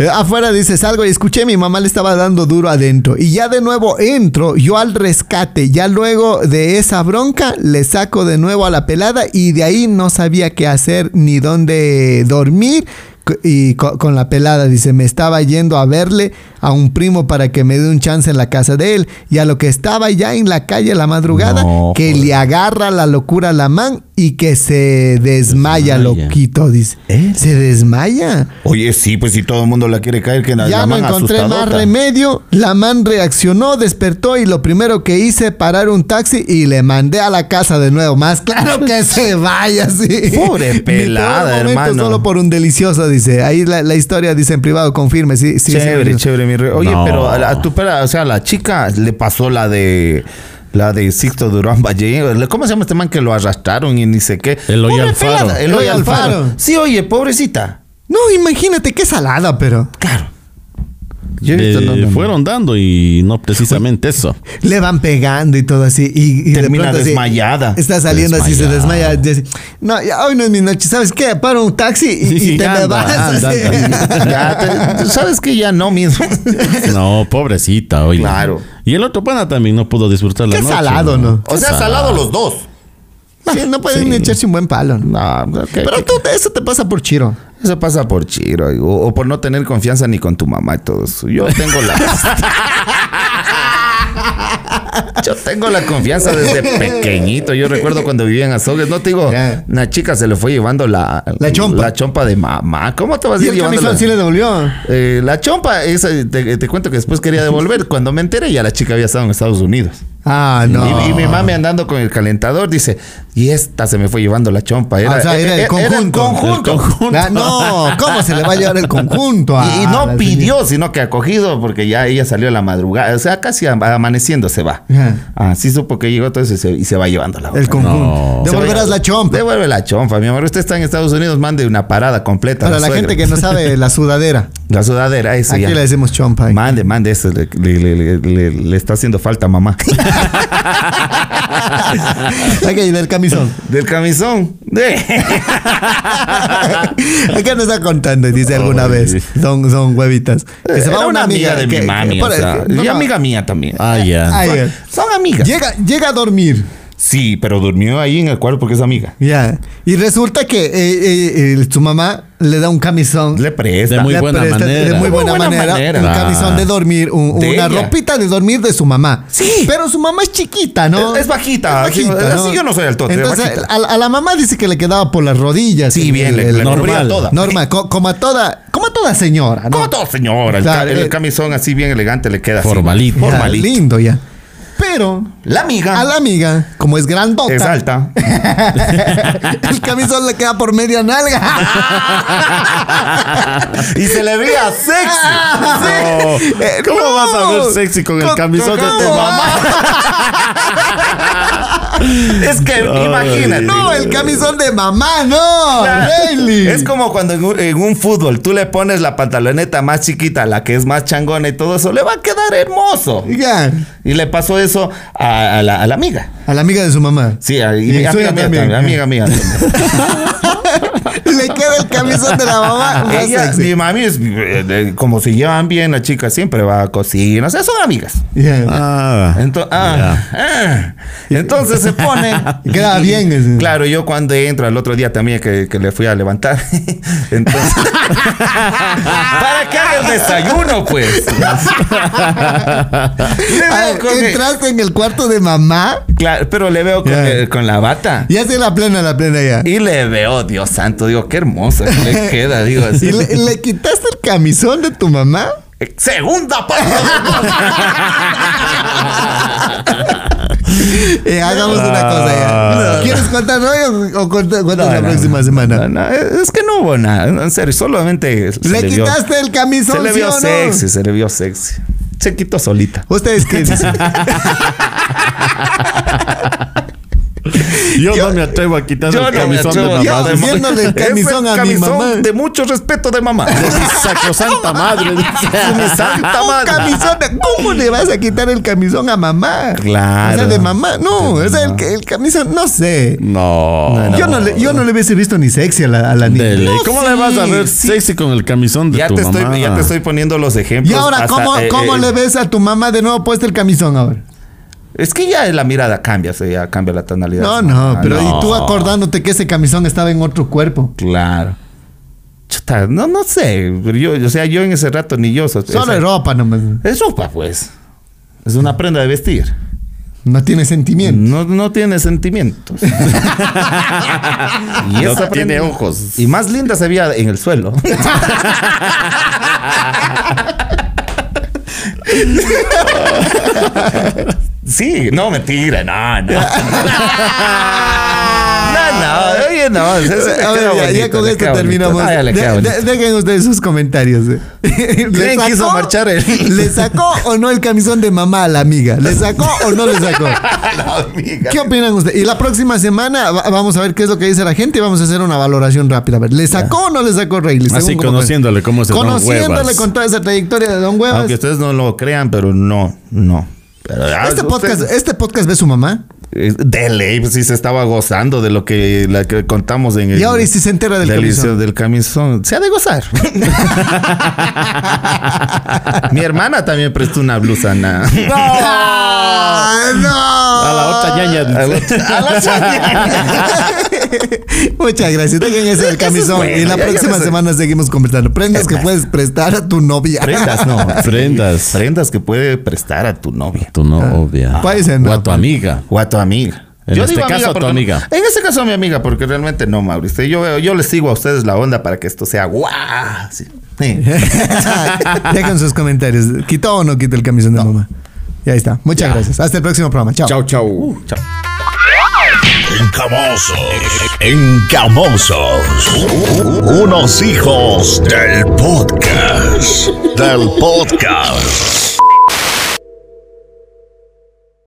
S2: Eh, Afuera dices algo y escuché mi mamá le estaba dando duro adentro. Y ya de nuevo entro yo al rescate. Ya luego de esa bronca le saco de nuevo a la pelada y de ahí no sabía qué hacer ni dónde dormir. C- Y co- con la pelada, dice, me estaba yendo a verle a un primo para que me dé un chance en la casa de él. Y a lo que estaba ya en la calle a la madrugada,
S4: No,
S2: que
S4: joder.
S2: le agarra la locura a la man y que se desmaya,
S4: Desmaya. ¿Eh?
S2: loquito, dice. Se desmaya.
S3: Oye, sí, pues si todo el mundo la quiere caer, que la
S2: Ya no
S3: llaman
S2: encontré más
S3: asustadota.
S2: remedio. La man reaccionó, despertó y lo primero que hice parar un taxi y le mandé a la casa de nuevo. Más claro que se vaya, sí.
S3: Pobre
S2: Mi peor
S3: pelada,
S2: momento
S3: hermano.
S2: Solo por un delicioso, dice. Ahí la, la historia dice en privado, confirme. Sí, sí, sí,
S3: chévere,
S2: sí.
S3: chévere, mi rey. Oye,
S4: No.
S3: pero a, la- a tu pera, o sea, a la chica le pasó la de la de Sixto Durán Valle. ¿Cómo se llama este man que lo arrastraron y ni sé qué?
S4: Eloy
S3: Pobre
S4: Alfaro.
S3: pelada, Eloy
S2: Eloy
S3: Alfaro.
S2: Alfaro.
S3: Sí, oye, pobrecita.
S2: No, imagínate, qué salada, pero.
S3: Claro. Pues Yo he
S4: Le
S3: visto- no, no, no.
S4: fueron dando y no precisamente eso.
S2: Le van pegando y todo así. Y, y de
S3: Termina
S2: pronto así,
S3: desmayada.
S2: está saliendo así, se
S4: Desmayada.
S2: desmaya. dice, no, ya, hoy no es mi noche. ¿Sabes qué? Paro un taxi y, y
S4: Sí,
S2: te me
S4: anda,
S2: vas.
S4: anda,
S2: así.
S4: anda.
S3: Ya, te- sabes que ya no mismo.
S4: No, "Oh, pobrecita, oye.
S3: Claro.
S4: Y el otro pana también no pudo disfrutar la
S2: Qué
S4: noche.
S2: salado, ¿no?
S3: O sea, salado los dos.
S2: Sí, no pueden ni echarse un buen palo. ¿no?
S3: No, ok.
S2: Pero tú, eso te pasa por chiro.
S3: Eso pasa por chiro o, o por no tener confianza ni con tu mamá y todo eso. Yo tengo la. Yo tengo la confianza desde pequeñito. Yo recuerdo cuando vivía en Azogues, no te digo,
S2: Ya.
S3: una chica se le fue llevando la,
S2: La chompa.
S3: la chompa de mamá. ¿Cómo te vas a
S2: Y
S3: ir
S2: el
S3: llevando
S2: camisón sí le
S3: la,
S2: devolvió.
S3: Eh, la chompa? Esa, te, te cuento que después quería devolver. Cuando me enteré, ya la chica había estado en Estados Unidos.
S2: Ah, no.
S3: Y, y mi mami andando con el calentador dice, y esta se me fue llevando la chompa. Era,
S2: Ah, o sea, era el conjunto.
S3: conjunto.
S4: El conjunto.
S2: Ah, no, ¿cómo se le va a llevar el conjunto? a-
S3: Y, y
S2: a
S3: no
S2: la
S3: pidió, sino que acogido, porque ya ella salió a la madrugada. O sea, casi am- amaneciendo se va.
S2: Ajá.
S3: Así supo que llegó todo eso y se, y se va llevando la
S2: señora? El
S3: otra.
S2: conjunto.
S4: No.
S3: Se va
S2: Devolverás
S3: llevando-
S2: la chompa.
S3: Devuelve la chompa, mi amor. Usted está en Estados Unidos, mande una parada completa. a
S2: Para la
S3: suegra.
S2: gente que no sabe, la sudadera.
S3: La sudadera, eso
S2: Aquí
S3: ya.
S2: le decimos chompa.
S3: Mande, mande eso. Le, le- le- le- le- le está haciendo falta, mamá.
S2: Aquí del camisón.
S3: Del camisón. De-
S2: Acá nos está contando, dice alguna
S4: Ay.
S2: vez, son, son huevitas. Que se va
S3: Era una amiga, de
S2: que-
S3: mi mami.
S2: que-
S3: o sea,
S2: no,
S3: y
S2: no.
S3: amiga mía también.
S4: Ah, ya.
S2: Ay, eh.
S3: Son amigas.
S2: llega, llega a dormir.
S3: Sí, pero durmió ahí en el cuarto porque es amiga.
S2: Ya. Y resulta que eh, eh, eh, su mamá le da un camisón.
S3: Le presta.
S4: De muy
S2: Le
S4: buena manera. Ah.
S2: De muy buena, manera. Un
S3: manera.
S2: camisón de dormir, un-
S3: De
S2: una
S3: ella.
S2: ropita de dormir de su mamá.
S3: Sí.
S2: Pero su mamá es chiquita, ¿no?
S3: Es- es bajita, así- así yo no soy altote, es
S2: Entonces,
S3: bajita.
S2: a, a la mamá dice que le quedaba por las rodillas.
S3: Sí, bien, le- le
S4: normal.
S3: cubría toda.
S2: Norma, co- como a toda, como a toda señora, ¿no?
S3: Como todo, señora. El, ca-
S2: Claro,
S3: el
S2: eh.
S3: camisón así bien elegante le queda. así.
S4: Formalito.
S2: Ya,
S3: Formalito.
S2: lindo ya. Pero
S3: La amiga
S2: a la amiga, como es grandota,
S3: es alta.
S2: el camisón le queda por media nalga.
S3: y se le veía Ah. sexy.
S4: No.
S2: Eh,
S4: ¿Cómo
S2: no.
S4: vas a ver sexy con el
S2: Con-
S4: camisón de
S2: con-
S4: tu mamá?
S3: Es que imagínate.
S2: No, el camisón de mamá, no.
S3: Claro.
S2: Really.
S3: Es como cuando en un, en un fútbol tú le pones la pantaloneta más chiquita, la que es más changona y todo eso, le va a quedar hermoso.
S2: Ya.
S3: Y le pasó eso a, a la, a la amiga.
S2: A la amiga de su mamá.
S3: Sí, a, y
S2: Y
S3: amiga,
S2: suya
S3: mía
S2: también.
S3: también, amiga mía.
S2: Le queda el camisón de la mamá. Más
S3: Ella,
S2: sexy.
S3: mi mami es eh, eh, como se llevan bien, la chica siempre va a cocinar, o sea, son amigas.
S2: Ya.
S4: Ah,
S3: Ento- ah, ah. Entonces se pone.
S2: Y queda bien eh. ese.
S3: Claro, yo cuando entro al otro día también que, que le fui a levantar. Entonces. para que haga el desayuno, pues. Le veo
S2: A ver,
S3: con el-
S2: entraste en el cuarto de mamá.
S3: claro, pero le veo con,
S2: Ya.
S3: el- con la bata.
S2: Ya se la plena, la plena ya.
S3: Y le veo, Dios santo, digo, qué hermosa que le queda, digo así.
S2: ¿Y le, le quitaste el camisón de tu mamá?
S3: Segunda parte.
S2: Eh, hagamos una cosa ya. ¿Quieres contar hoy o, o cont- cuentas la próxima semana?
S3: No, no, es que no hubo nada, en serio, solamente. se
S2: ¿Le
S3: vio-
S2: quitaste el camisón?
S3: Se le
S2: sí
S3: vio
S2: o no?
S3: sexy, se le vio sexy. Se quitó solita.
S2: ¿Ustedes qué dicen?
S4: yo, no me atrevo a quitar el camisón de
S3: atrevo.
S4: mamá.
S2: yo
S4: de
S2: de- diciéndole el
S3: Es
S2: camisón a mi mamá.
S3: De mucho respeto de mamá.
S4: mi sacrosanta madre.
S3: Mi santa
S2: Un
S3: madre.
S2: camisón de- ¿Cómo le vas a quitar el camisón a mamá?
S3: Claro.
S2: O sea, de mamá. No, es el, el camisón, no sé.
S4: No.
S2: Yo, no le, yo no le hubiese visto ni sexy a la, a la niña.
S4: Dele.
S2: No,
S4: ¿Cómo le vas a
S2: sí,
S4: ver
S2: sí.
S4: sexy con el camisón de
S3: Ya
S4: tu
S3: te,
S4: mamá?
S3: estoy, ya te estoy poniendo los ejemplos.
S2: Y ahora,
S3: hasta,
S2: ¿cómo,
S3: eh,
S2: cómo
S3: eh,
S2: le ves a tu mamá de nuevo puesto el camisón ahora?
S3: Es que ya la mirada cambia, se ya cambia la tonalidad.
S2: No, no,
S3: Ah,
S2: pero
S3: no.
S2: y tú acordándote que ese camisón estaba en otro cuerpo.
S3: Claro. Chuta, no, no sé. pero yo, o sea, yo en ese rato ni yo. sos-
S2: Solo
S3: esa-
S2: es ropa nomás.
S3: Es ropa, pues. Es una prenda de vestir.
S2: No tiene sentimiento.
S3: No, no tiene sentimientos. y
S4: No
S3: esa
S4: tiene
S3: prenda-
S4: ojos.
S3: Y más linda se veía en el suelo. sí, no, mentira, no, no. no, no, oye, no. se- se-
S2: A ver,
S3: queda
S2: ya, ya
S3: bonito,
S2: con
S3: le
S2: esto
S3: queda bonito.
S2: terminamos.
S3: Ah, ya le queda
S2: De-
S3: bonito.
S2: de- dejen ustedes sus comentarios. eh. ¿Le
S3: ¿Quién quiso marchar el-
S2: ¿Le sacó o no el camisón de mamá a la amiga? ¿Le sacó o no le sacó?
S3: La amiga.
S2: ¿Qué opinan ustedes? Y la próxima semana va- vamos a ver qué es lo que dice la gente y vamos a hacer una valoración rápida. A ver, ¿le sacó o no le sacó Rayleigh?
S4: Así,
S2: Según cómo
S4: conociéndole cómo es el Don
S2: Conociéndole
S4: Huevas.
S2: con toda esa trayectoria de Don Huevas.
S3: Aunque ustedes no lo crean, pero no, no. Pero, ah,
S2: Este podcast,
S3: ustedes-
S2: este podcast ve su mamá.
S3: Eh, De ley, pues sí se estaba gozando de lo que, la que contamos en el.
S2: Y ahora y si se entera del
S3: del
S2: camisón.
S3: liceo- del camisón. Se ha de gozar. Mi hermana también prestó una blusa. na.
S2: ¡Ah,
S4: A la otra ñaña.
S2: Muchas gracias. Dejen ese del camisón.
S3: bueno,
S2: y la
S3: ya- ya
S2: próxima
S3: me sé.
S2: semana seguimos conversando. Prendas que puedes prestar a tu novia.
S3: Prendas, no.
S4: Prendas.
S3: Prendas que puede prestar a tu novia
S4: Tu novia.
S2: Puede ser, no.
S4: O a tu amiga.
S3: o a tu amiga.
S4: En este caso, a tu
S3: porque-
S4: amiga.
S3: En este caso a mi amiga, porque realmente no, Mauricio. Yo, yo les sigo a ustedes la onda para que esto sea guau. Sí. Sí.
S2: Dejen sus comentarios. ¿Quitó o no quitó el camisón de mamá? Y ahí está. Muchas gracias. Hasta el próximo programa. Chao.
S3: chau. Uh, Chau.
S1: Encamosos. Encamosos. Unos hijos del podcast. Del podcast.